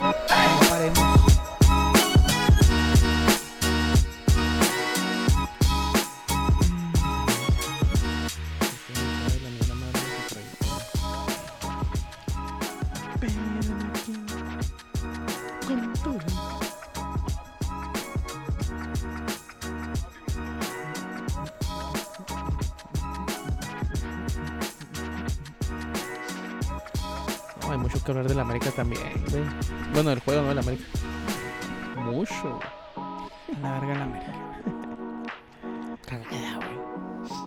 No paremos. No, hay mucho que hablar del América también, güey. Bueno, del juego, no del América. Mucho, güey. A la verga la América. Cagada, güey.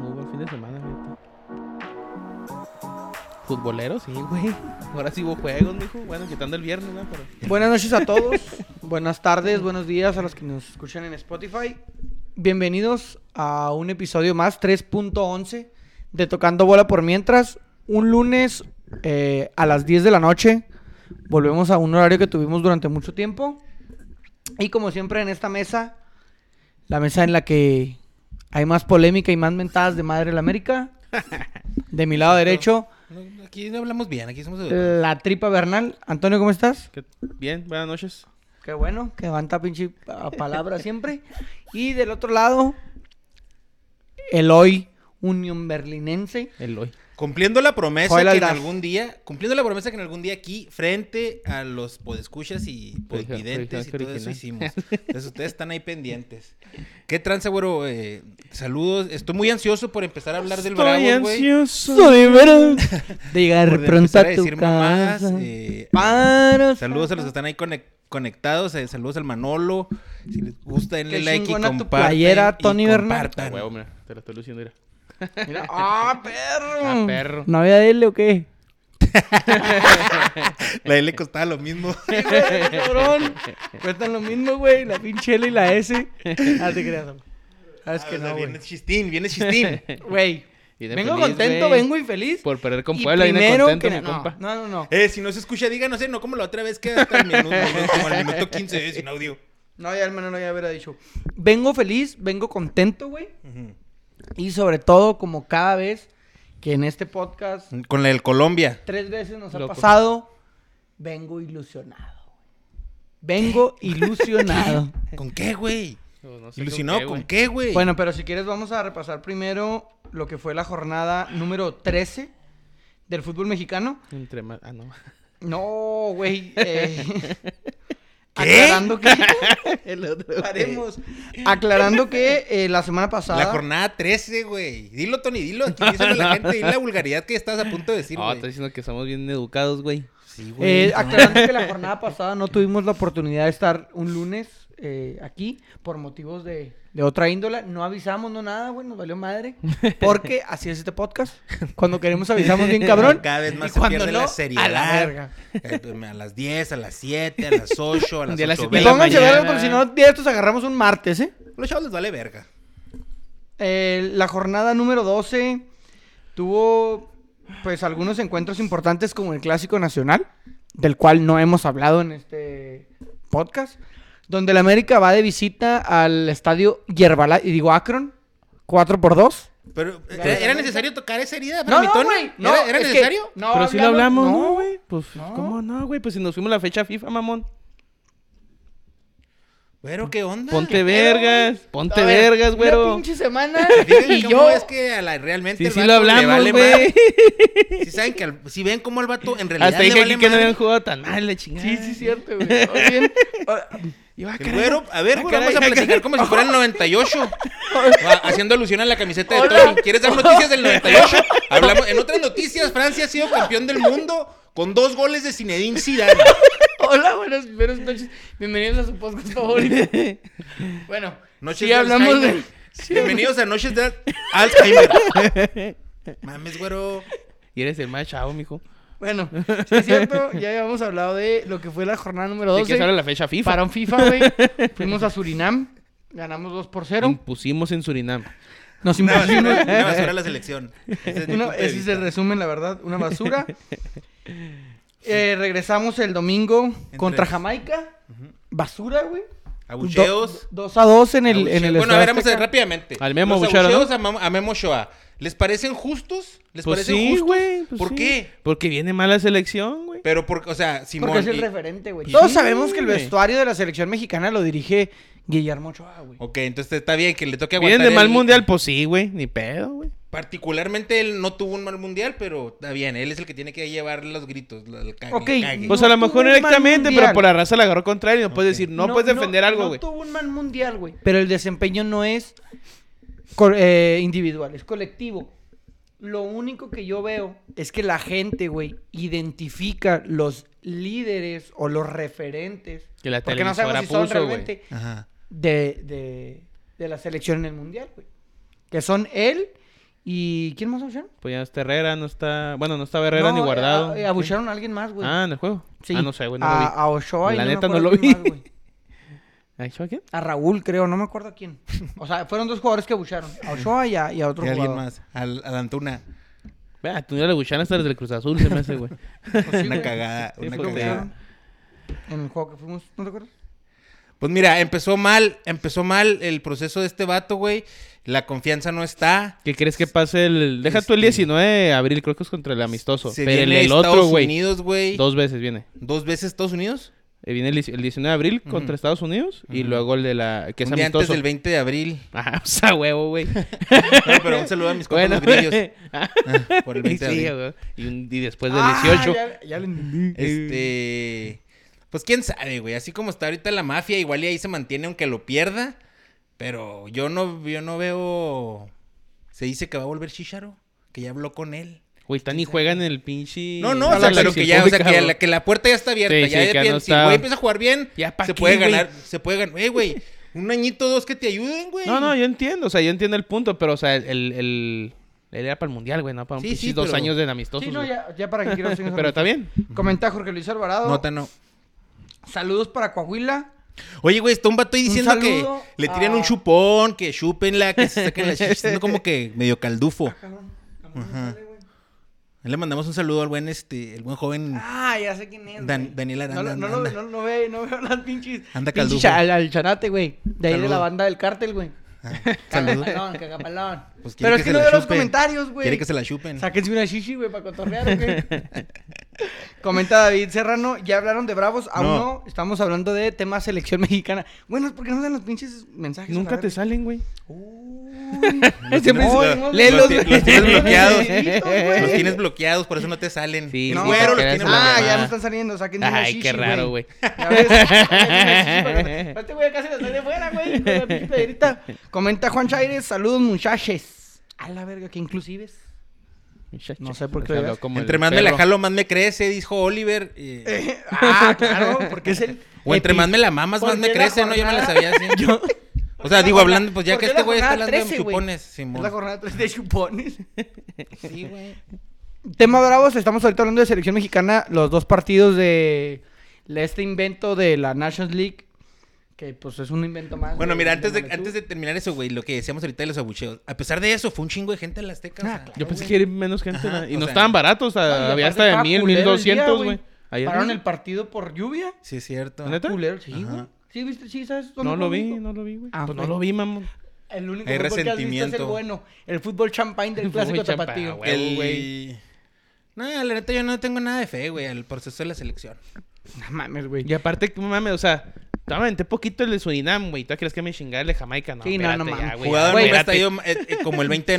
Muy buen fin de semana, neta. Futbolero, sí, güey. Ahora sí hubo juegos, mijo. Bueno, quitando el viernes, ¿no? Pero... Buenas noches a todos. Buenas tardes, buenos días a los que nos escuchan en Spotify. Bienvenidos a un episodio más, 3.11 de Tocando Bola por Mientras. Un lunes eh, a las 10 de la noche. Volvemos a un horario que tuvimos durante mucho tiempo. Y como siempre en esta mesa, la mesa en la que hay más polémica y más mentadas de madre de la América. De mi lado derecho, No, Aquí no hablamos bien, aquí somos educados. la tripa Bernal. Antonio, ¿cómo estás? ¿qué- Bien, buenas noches. Qué bueno, que levanta pinche pa- palabra siempre. Y del otro lado, el hoy Unión Berlinense. El hoy. Cumpliendo la promesa Joel que en Aldaz. algún día, cumpliendo la promesa que en algún día aquí, frente a los podescuchas y podvidentes y Fue- fue- todo eso original. hicimos. Entonces ustedes están ahí pendientes. ¿Qué trance, güero? Eh, saludos. Estoy muy ansioso por empezar a hablar del Bravos, güey. De llegar Por pronto empezar a tu decir mamadas, casa. eh, Para Saludos a los que están ahí conec- conectados, eh, saludos al Manolo. Si les gusta, denle Qué like y chingona tu compartan. playera, y Tony Bernal. compartan. Ah, huevo, mira. Te la estoy luciendo, mira. Mira, ¡Ah, perro! Ah, perro. ¿No había de él o qué? La L costaba lo mismo. cabrón. Cuestan lo mismo, güey. La pinche L y la S. Ah, te creas. hombre. Sabes Ah, que o sea, no, viene güey. chistín, viene chistín. Güey. Viene Vengo feliz, contento, güey. vengo infeliz. Por perder con Y Puebla, viene primero contento, que- mi no, compa. No, no, no. Eh, si no se escucha, díganos, eh, no como la otra vez que hasta el minuto, como al minuto 15 eh, sin audio. No, ya el Manolo ya hubiera dicho. Vengo feliz, vengo contento, güey. Y sobre todo, como cada vez que en este podcast Con el Colombia. tres veces nos ha Loco. pasado, vengo ilusionado. güey. Vengo ilusionado. ¿Con qué, güey? No, no sé Ilusionado, ¿con qué, güey? bueno, pero si quieres vamos a repasar primero lo que fue la jornada número 13 del fútbol mexicano. güey. Entre más... Ah, no. No, güey. eh, ¿Qué? Aclarando que... el otro, güey. Paremos. Aclarando que eh, la semana pasada... La jornada 13, güey. Dilo, Tony, dilo. Aquí díselo a la gente, dile la vulgaridad que estás a punto de decir, No, güey. estoy diciendo que somos bien educados, güey. Sí, Eh, no. aclarando que la jornada pasada no tuvimos la oportunidad de estar un lunes eh, aquí por motivos de, de otra índola. No avisamos, no nada, güey, nos valió madre. Porque así es este podcast. Cuando queremos avisamos bien cabrón. Cada vez más y se cuando pierde no, la A la seriedad. verga. Eh, A las 10, a las 7, a las 8, a las De las 8. Y De la pónganse verga mañana. porque si no, de estos agarramos un martes, ¿eh? Los chavos les vale verga. Eh, la jornada número 12 tuvo pues algunos encuentros importantes como el Clásico Nacional, del cual no hemos hablado en este podcast, donde el América va de visita al estadio Yerbala, y digo Akron, 4 por 2. Pero, eh, Ya, ¿era, ya, era ya. necesario tocar esa herida? No, Tony? no, güey, no, ¿Era, era es que- necesario? no, Pero sí lo hablamos, ¿no, güey? Pues, No. ¿cómo no, güey? Pues si nos fuimos a la fecha FIFA, mamón. Pero, ¿qué onda? Ponte ¿Qué vergas, ponte A ver, vergas, una güero. pinche semana. Fíjense y cómo yo es que a la, realmente Sí, el sí lo vato le hablamos, vale güey. madre. Si saben que al- si ven cómo el vato en realidad Hasta le dije vale aquí que no madre. habían jugado tan mal, la chingada. Sí, sí, cierto, güey. Más bien, ahora- Yo, ah, El caray. güero, a ver, Ah, güero, caray, vamos a ah, platicar caray. como si fuera el 98. Va, Ah, Haciendo alusión a la camiseta de Hola. Tony. ¿Quieres dar noticias del 98? Hablamos. En otras noticias, Francia ha sido campeón del mundo con dos goles de Zinedine Zidane. Hola, buenas, buenas noches. Bienvenidos a su podcast favorito. Bueno, Noches sí de hablamos de... Alzheimer. Bienvenidos a Noches de Alzheimer. Mames, güero. Y eres el más chavo, mijo. Bueno, sí es cierto, ya habíamos hablado de lo que fue la jornada número ¿De qué 12. sale la fecha FIFA? Para un FIFA, güey. Fuimos a Surinam, ganamos 2 por 0. Impusimos en Surinam. Nos Una impusimos basura, Mm. una basura la selección. Ese es mi Una- punto ese de es vista. el resumen, la verdad, una basura. Eh, regresamos el domingo contra Jamaica. Basura, güey. Abucheos. 2 a 2 en el, en abucheos. el bueno, a Estadio ver, vamos a ver Azteca. rápidamente. Al Memo Los abuchearon, ¿no? abucheos a, Mamo- a Memo Shoa. ¿Les parecen justos? ¿Les Pues parecen sí, justos? güey. pues ¿Por sí. qué? Porque viene mala selección, güey. Pero porque, o sea, Simón. Porque es el y- referente, güey. y- Todos sí, sabemos que el güey. vestuario de la selección mexicana lo dirige Guillermo Ochoa, güey. Ok, entonces está bien que le toque aguantar. Vienen de mal el- mundial, pues sí, güey. Ni pedo, güey. Particularmente él no tuvo un mal mundial, pero está bien. Él es el que tiene que llevar los gritos. La, el cague- Ok, el cague. Pues No a lo tuvo un mejor mal directamente, pero mundial. por la raza la agarró contrario. No puedes Ok. decir, no, puedes defender algo, güey. No tuvo un mal mundial, güey. Pero el desempeño no es cor- eh, individual, es colectivo. Lo único que yo veo es que la gente, güey, identifica los líderes o los referentes. Que la porque no televisora sabemos si son puso, güey. realmente Ajá. de, de- de la selección en el mundial, güey. Que son él y. ¿Quién más abucharon? Pues ya no está Herrera, no está. Bueno, no estaba Herrera ni No, guardado. a- abucharon a alguien más, güey. Ah, en el juego. Sí. Ah, no sé, güey. No a, lo vi. a Ochoa y La me neta no acuerdo lo quién vi. más, güey. ¿Ahí fue quién? A Raúl, creo, no me acuerdo a quién. O sea, fueron dos jugadores que abucharon. A Ochoa y a, y a otro Y alguien jugador. más. Al, al Antuna. Vea, tú no le gustaron hasta desde el Cruz Azul, se me hace, güey. Pues sí, Una güey. cagada. Sí, una pues, cagada. Abucharon En el juego que fuimos, ¿no te acuerdas? Pues mira, empezó mal. Empezó mal el proceso de este vato, güey. La confianza no está. ¿Qué crees que pase el. Deja tú el Este- 19 de abril, creo que es contra el amistoso. Se pero el, viene el Estados otro, güey. Unidos, güey. Dos veces viene. ¿Dos veces Estados Unidos? Eh, Viene el, dieci- el 19 de abril contra Estados Unidos y luego el de la. que es Un día antes amistoso. del 20 de abril. Ajá, o sea, huevo, güey. No, pero un saludo a mis compas bueno, los grillos. Ah, Ah, por el y 20 de sí, abril. güey. Y, un- y después Pues del Eh, Ah, 18. ya, ya lo entendí. Este. Pues quién sabe, güey. Así como está ahorita la mafia, igual y ahí se mantiene aunque lo pierda. Pero yo no, yo no veo. Se dice que va a volver Shisharo. Que ya habló con él. Güey, están ni juegan en el pinche. No, no, a o sea, la pero que ya, o sea, que, Mexiconica, la, que la puerta ya está abierta. Sí, ya sí, que ya depende- no si el está- güey empieza a jugar bien, Ya pa' se qué, puede güey. ganar, se puede ganar. Ey, güey, un añito dos que te ayuden, güey. No, no, yo entiendo, o sea, yo entiendo el punto, pero, o sea, el. el, el- él era para el mundial, güey, no para un Sí, pinche sí, dos pero- años de amistosos. Sí, no, güey. ya, ya para que quiero seguir. pero está bien. Comenta Jorge Luis Alvarado. Nota no. Saludos para Coahuila. Oye, güey, está un vato ahí Un diciendo que saludo le tiren a- un chupón, que chúpenla, que se saquen la chicha, siendo como que medio caldufo. Ah, Ahí Le mandamos un saludo al buen, este, el buen joven. Ah, ya sé quién es. Dan- güey. Daniel Aranda, No, no, anda. no, no, no ve- no veo las pinches. Anda pinche caldujo. cha- Al, al chanate, güey. De ahí de la Saludo. banda del cártel, güey. Saludo. Cagapalón, cagapalón. Pues quiere Pero es que, se no la veo los chupen. comentarios, güey. Quiere que se la chupen. Sáquense una shishi, güey, para cotorrear, ¿o qué? Comenta David Serrano, ya hablaron de Bravos, aún no. No. estamos hablando de tema selección mexicana. Bueno, ¿por qué no dan los pinches mensajes? Nunca te salen. salen, güey. tienes- no, lo- no, los léelos, ti- güey. los tienes bloqueados. Benditos, güey. Los tienes bloqueados, por eso no te salen. Sí, el no, güero los porque tiene eres Ah, bloqueados. ya no están saliendo, sáquense una Ay, shishi, qué raro, güey. Ya ves, sáquense una shishi para- Este güey acá se la sale fuera, güey, con la pinche piedrita. Comenta Juan Chaires, saludos muchaches. A la verga, que inclusives. No sé por qué lo Salió digas. como el Entre más me la perro. jalo, más me crece, dijo Oliver. eh, Ah, claro, porque es el... o entre más me la mamas, ¿por más me qué la crece, ¿no? Yo me la sabía así. Yo- O ¿Por sea, qué digo, la hablando, pues ya jornada- por qué que este la güey está jornada hablando de 13, güey? chupones. Es Simón. la jornada 3 de chupones. Sí, güey. Tema bravos, estamos ahorita hablando de selección mexicana, los dos partidos de de este invento de la Nations League, que pues es un invento más. Bueno, güey, mira, antes de, llámale tú. antes de terminar eso, güey, lo que decíamos ahorita de los abucheos. A pesar de eso, fue un chingo de gente en la Azteca. o Ah, sea. claro. Yo pensé que era menos gente. Ajá, nada. Y o no sea- estaban baratos, No, y hasta, Ah, aparte había hasta de estaba mil, culero el mil día, doscientos, güey. Ayer, Pararon ¿no? el partido por lluvia. Sí, es cierto. ¿Neta? Culero, sí, Ajá. güey. Sí, viste, sí, ¿sabes? dónde No fue lo el vi, único? no lo vi, güey. Ah, Pues no ok. lo vi, mamón. El único fútbol que Hay has visto es el resentimiento. bueno. El fútbol champagne del El clásico fútbol champagne, tapatío. güey. huevo, No, la neta yo no tengo nada de fe, güey, al proceso de la selección. No mames, güey. Y aparte, no mames, o sea, estaba aventé poquito el de Surinam, güey. ¿Tú crees que me chingara el de Jamaica? No, Sí, no, espérate no ya, mames. güey. Jugador ya, güey, nunca espérate. está yo eh, eh, como el 20 de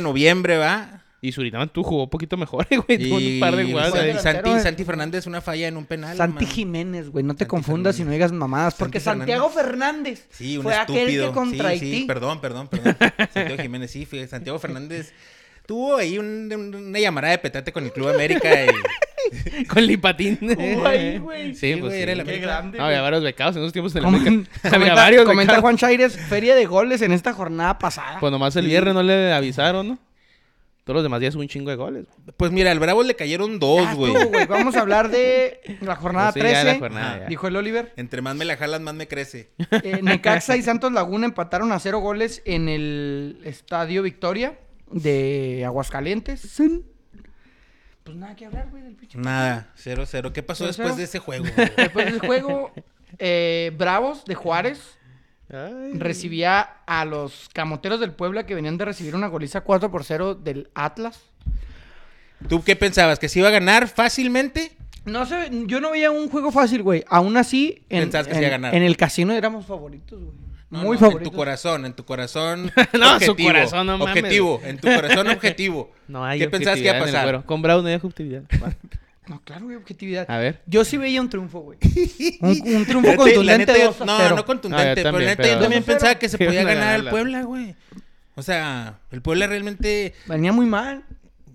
noviembre, ¿va? Y Surinam tú jugó poquito mejor, güey. Tuvo Y, un par de jugadas fue ahí. delantero, Santi, güey. Santi Fernández una falla en un penal. Santi man. Jiménez, güey. No te Santi confundas y Fernández. no digas mamadas. Porque Santi Santiago Fernández Sí, un fue estúpido. aquel que contra sí, sí, Haití. perdón, perdón, perdón. Santiago Jiménez, sí, fue Santiago Fernández. Tuvo ahí un- un- una llamarada de petate con el Club América. y- Con Lipatín. Jugó ahí, güey. Sí, Sí, pues güey, sí, era el güey. América. No, había varios becados en esos tiempos en el Com- América. Había comenta, varios comenta becados. Juan Chaires, feria de goles en esta jornada pasada. Pues nomás el viernes no le avisaron, ¿no? Todos los demás días hubo un chingo de goles. güey. Pues mira, al Bravo le cayeron dos, Ah, güey. tú, güey, Vamos a hablar de la jornada Pues sí, ya 13. la jornada, ya. Dijo el Oliver. Entre más me la jalas, más me crece. Eh, Necaxa y Santos Laguna empataron a cero goles en el Estadio Victoria de Aguascalientes. Sí. Pues nada que hablar, güey, del pinche. Nada, 0-0. ¿Qué pasó ¿Cero, después cero? de ese juego? güey? Después del juego, eh, Bravos de Juárez Ay. recibía a los camoteros del Puebla que venían de recibir una goliza 4 por 0 del Atlas. ¿Tú qué pensabas? ¿Que se iba a ganar fácilmente? No sé, yo no veía un juego fácil, güey. Aún así, en, Pensabas que se en- iba a ganar. en el casino éramos favoritos, güey. No, Muy no, En favoritos. tu corazón, en tu corazón. No, su corazón, no mames. Objetivo, en tu corazón objetivo. No hay ¿Qué pensabas que iba objetividad a en el pasar? güero. Con Brown no hay objetividad. No, claro, güey, objetividad. A ver. Yo sí veía un triunfo, güey. Un, un triunfo La neta, contundente la neta, yo- 2 a 0. No, no No, Ah, yo contundente, pero también, la neta yo pero- también 2 a 0. pensaba que se Que podía iban a ganar ganar el la- Puebla, güey. O sea, el Puebla realmente... Venía muy mal.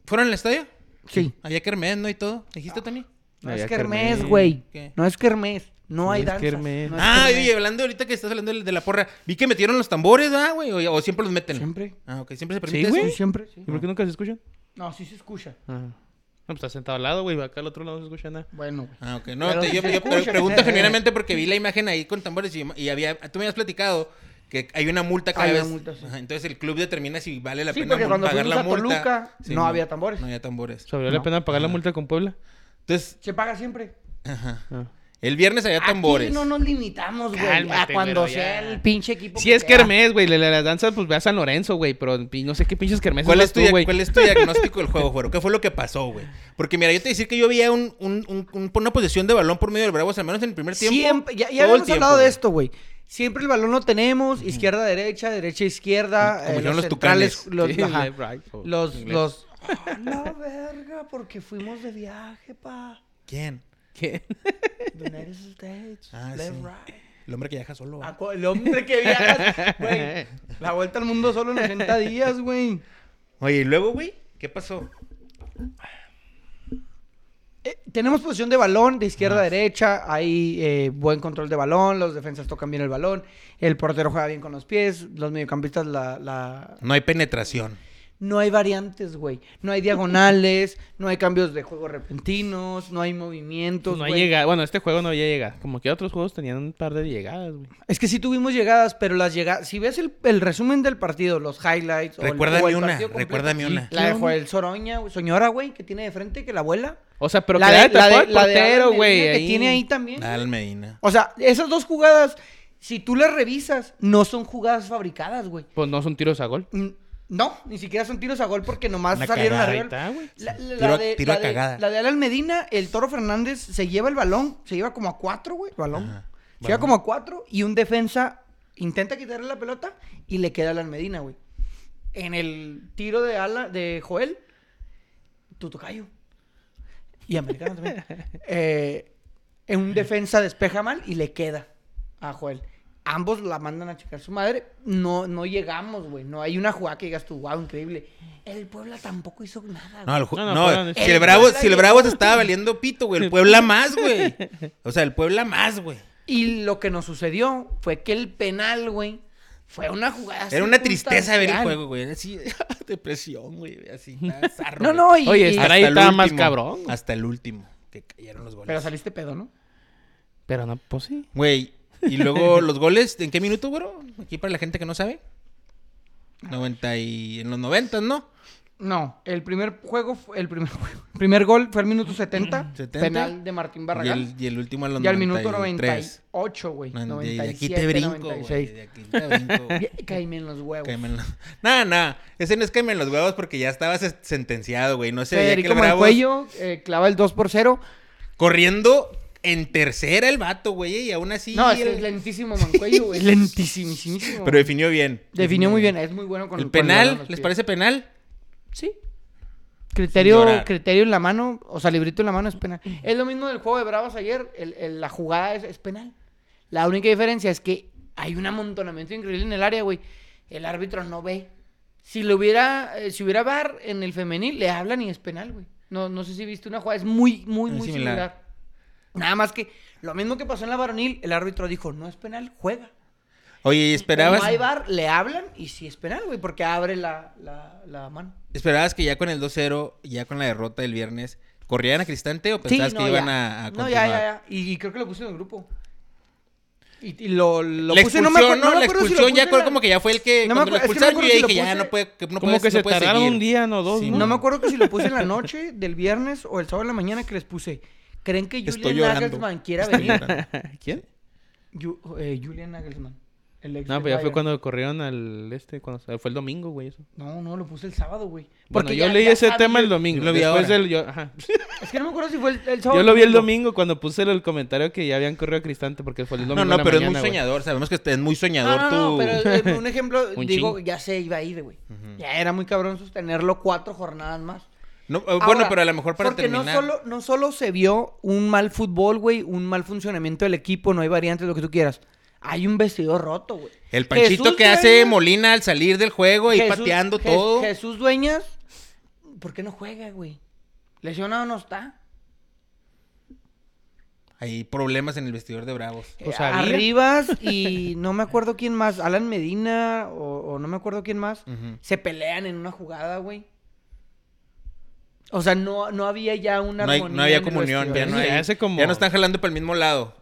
¿Fueron al estadio? Sí. Había Kermés, ¿no? Y todo. ¿Dijiste también? No Había es Kermés, Kermés. güey. ¿Qué? No es Kermés. No, hay es danzas. Kermés. No es Ah, Kermés. oye, hablando ahorita que estás hablando de de la porra. Vi que metieron los tambores, ¿ah, güey? O, o siempre los meten. Siempre. Ah, ok. ¿Siempre se Sí, permite güey. eso? siempre. sí. ¿Y por qué nunca se escuchan? No, sí se escucha. Ah. No, pues está sentado al lado, güey. Acá al otro lado no se escucha nada. Bueno, güey. Ah, ok. No, Pero te- yo, sí se yo escucha. pregunto genuinamente porque vi la imagen ahí con tambores y, y había... Tú me habías platicado que hay una multa cada Hay una vez. multa, sí. Ajá, entonces el club determina si vale la Sí, pena porque mul- cuando pagar la fuimos a multa. Toluca, no había tambores. No había tambores. O sea, ¿valió la No. pena pagar la multa con Puebla? Entonces, Se paga siempre. ajá. Ah. El viernes había tambores. Aquí no nos limitamos, güey. A Cálmate, cuando güero, sea ya. el pinche equipo. Si es sea. Kermés, güey. Le- le- Las danzas, pues ve a San Lorenzo, güey. Pero pi- no sé qué pinches Kermés ¿Cuál vas es, tu, tú, dia- güey. cuál es tu diagnóstico del juego, güero? ¿Qué fue lo que pasó, güey? Porque mira, yo te decir que yo veía un, un- un- un- una posesión de balón por medio del Bravos, al menos en el primer tiempo. Siempre, ya, Todo ya el habíamos tiempo, hablado de güey. esto, güey. Siempre el balón lo tenemos, izquierda, derecha, derecha, izquierda. Como hicieron los centrales, tucanes. Los, Sí, ajá. left, right, o los, inglés. los- Oh, la verga, porque fuimos de viaje, pa. ¿Quién? ¿Qué? The United States. Ah, left, sí. right. El hombre que viaja solo. güey. Ah, cu- El hombre que viaja, güey. La vuelta al mundo solo en 80 días, güey. Oye, ¿y luego, güey? ¿Qué pasó? Eh, tenemos posición de balón de izquierda a derecha, hay eh, buen control de balón, los defensas tocan bien el balón, el portero juega bien con los pies, los mediocampistas la, la- No hay penetración. No hay variantes, güey. No hay diagonales, no hay cambios de juego repentinos, no hay movimientos, no hay güey. llegada. Bueno, este juego no había llegado. Como que otros juegos tenían un par de llegadas, güey. Es que sí tuvimos llegadas, pero las llegadas... Si ves el, el resumen del partido, los highlights... o el- Recuérdame o el una, partido completo, recuérdame una. La de Joel Soroña, güey, Soñora, güey, que tiene de frente, que la abuela. O sea, pero la que de- la de, la de- el la de portero, Alan güey. Medina, ahí. Que tiene ahí también. Al Medina. O sea, esas dos jugadas, si tú las revisas, no son jugadas fabricadas, güey. Pues no son tiros a gol. Mm, No, ni siquiera son tiros a gol porque nomás Una salieron cagada, arriba. ahí está, güey. La, la- Tiro la a- de, tiro la a de- cagada. la de Alan Medina, el Toro Fernández se lleva el balón, se lleva como a cuatro, güey, el balón. Ajá. Se lleva Balón. como a cuatro y un defensa intenta quitarle la pelota y le queda a Alan Medina, güey. En el tiro de, Ala, de Joel, tu tocayo. Y americano también. Eh, en un defensa despeja mal y le queda a Joel. Ambos la mandan a checar su madre. No, no llegamos, güey. No hay una jugada que digas tú, wow, increíble. El Puebla tampoco hizo nada. No, güey. el ju- No, no, no, Puebla no hizo si nada. el Bravo, Ah, El si el Puebla Bravo se estaba valiendo pito, güey. El Puebla más, güey. O sea, el Puebla más, güey. Y lo que nos sucedió fue que el penal, güey, fue una jugada. Era una tristeza ver el circunstancial. juego, güey. Así, depresión, güey. Así, nada, zarro, No, güey. no, y. Oye, y- estará- Ahí el estaba más cabrón. Hasta el último. Que cayeron los goles. Pero saliste pedo, ¿no? Pero no, pues sí. Güey, y luego los goles, ¿en qué minuto, güero? Aquí para la gente que no sabe. 90 y... En los 90, ¿no? No, el primer juego, fue- el primer juego, el primer gol fue al minuto 70, 70. penal de Martín Y Barragán. el, y el último en los Y al minuto 93. 98, güey. Man, 97, de- de aquí te brinco, güey. 96. De aquí te brinco, güey. Caíme en los huevos. Cáeme en los- Nah, nah. Ese no es cáeme en los huevos porque ya estabas es- sentenciado, güey. No se veía que Federico el Bravos- Mancuello eh, clava el 2 por 0. Corriendo en tercera el vato, güey. Y aún así... No, es el- el lentísimo Mancuello, güey. Lentísimísimo. Pero definió bien. Definió muy bien, es muy bueno con ¿El con balón a penal? los ¿Les pies. parece penal? Sí. Criterio, Sin llorar. criterio en la mano, o sea, librito en la mano es penal. Es lo mismo del juego de Bravos ayer, el- el- la jugada es, es penal. La única diferencia es que hay un amontonamiento increíble en el área, güey. El árbitro no ve. Si lo hubiera, eh, si hubiera VAR en el femenil, le hablan y es penal, güey. No, no sé si viste una jugada, es muy, muy, Es muy similar. similar. Nada más que lo mismo que pasó en la varonil, el árbitro dijo, no es penal, juega. Oye, ¿y ¿esperabas? No hay VAR, le hablan y sí es penal, güey, porque abre la, la, la mano. ¿Esperabas que ya con el 2-0, ya con la derrota del viernes, corrían a Cristante o pensabas no, que iban ya. a, a No, continuar? ya, ya, ya. Y, y creo que lo puse en el grupo. Y, y lo, lo la puse, expulsión, no no me acuer- no me la acuerdo si lo expulsión puse ya en co- la- como que ya fue el que No me cuando lo acu- es que no me expulsaron acuerdo yo ya si lo dije, ya puse. no puede, que no Como puedes- que no se puedes tardaron seguir. un día, no dos, Sí, ¿no? No me acuerdo que si lo puse en la noche del viernes o el sábado en la mañana que les puse. ¿Creen que Estoy Julian llorando. Nagelsmann quiera Estoy venir? llorando. ¿Quién? Ju- eh, Julian Nagelsmann. El ex No, de pues ya fue Bayern. cuando corrieron al este, cuando fue el domingo, güey, eso. No, no, lo puse el sábado, güey. Bueno, Porque yo ya- leí ya ese sabía- tema el domingo. Lo vi Después ahora. del- yo, ajá. Es que no me acuerdo si fue el, el sábado. Yo lo vi el domingo. domingo cuando puse el comentario que ya habían corrido a Cristante porque fue el domingo. No, en no, la pero es muy mañana, güey. soñador. Sabemos que es muy No, soñador no, no, tú. pero eh, un ejemplo, Un digo, chin. ya se iba a ir, güey. Ya era muy cabrón sostenerlo cuatro jornadas más. No, eh, bueno, Ahora, pero a lo mejor para porque terminar. No solo, no solo se vio un mal fútbol, güey, un mal funcionamiento del equipo, no hay variantes, lo que tú quieras. Hay un vestidor roto, güey. El panchito Jesús que hace Dueñas- Molina al salir del juego y Jesús- pateando Je- todo. Jesús Dueñas, ¿por qué no juega, güey? Lesionado no está. Hay problemas en el vestidor de Bravos. Eh, Pues había. Arribas y no me acuerdo quién más, Alan Medina o, o no me acuerdo quién más, Ujú. se pelean en una jugada, güey. O sea, no, no había ya una No, hay- armonía no había en el comunión, ya vestidor. no, Sí, hay, hace como- ya no están jalando para el mismo lado.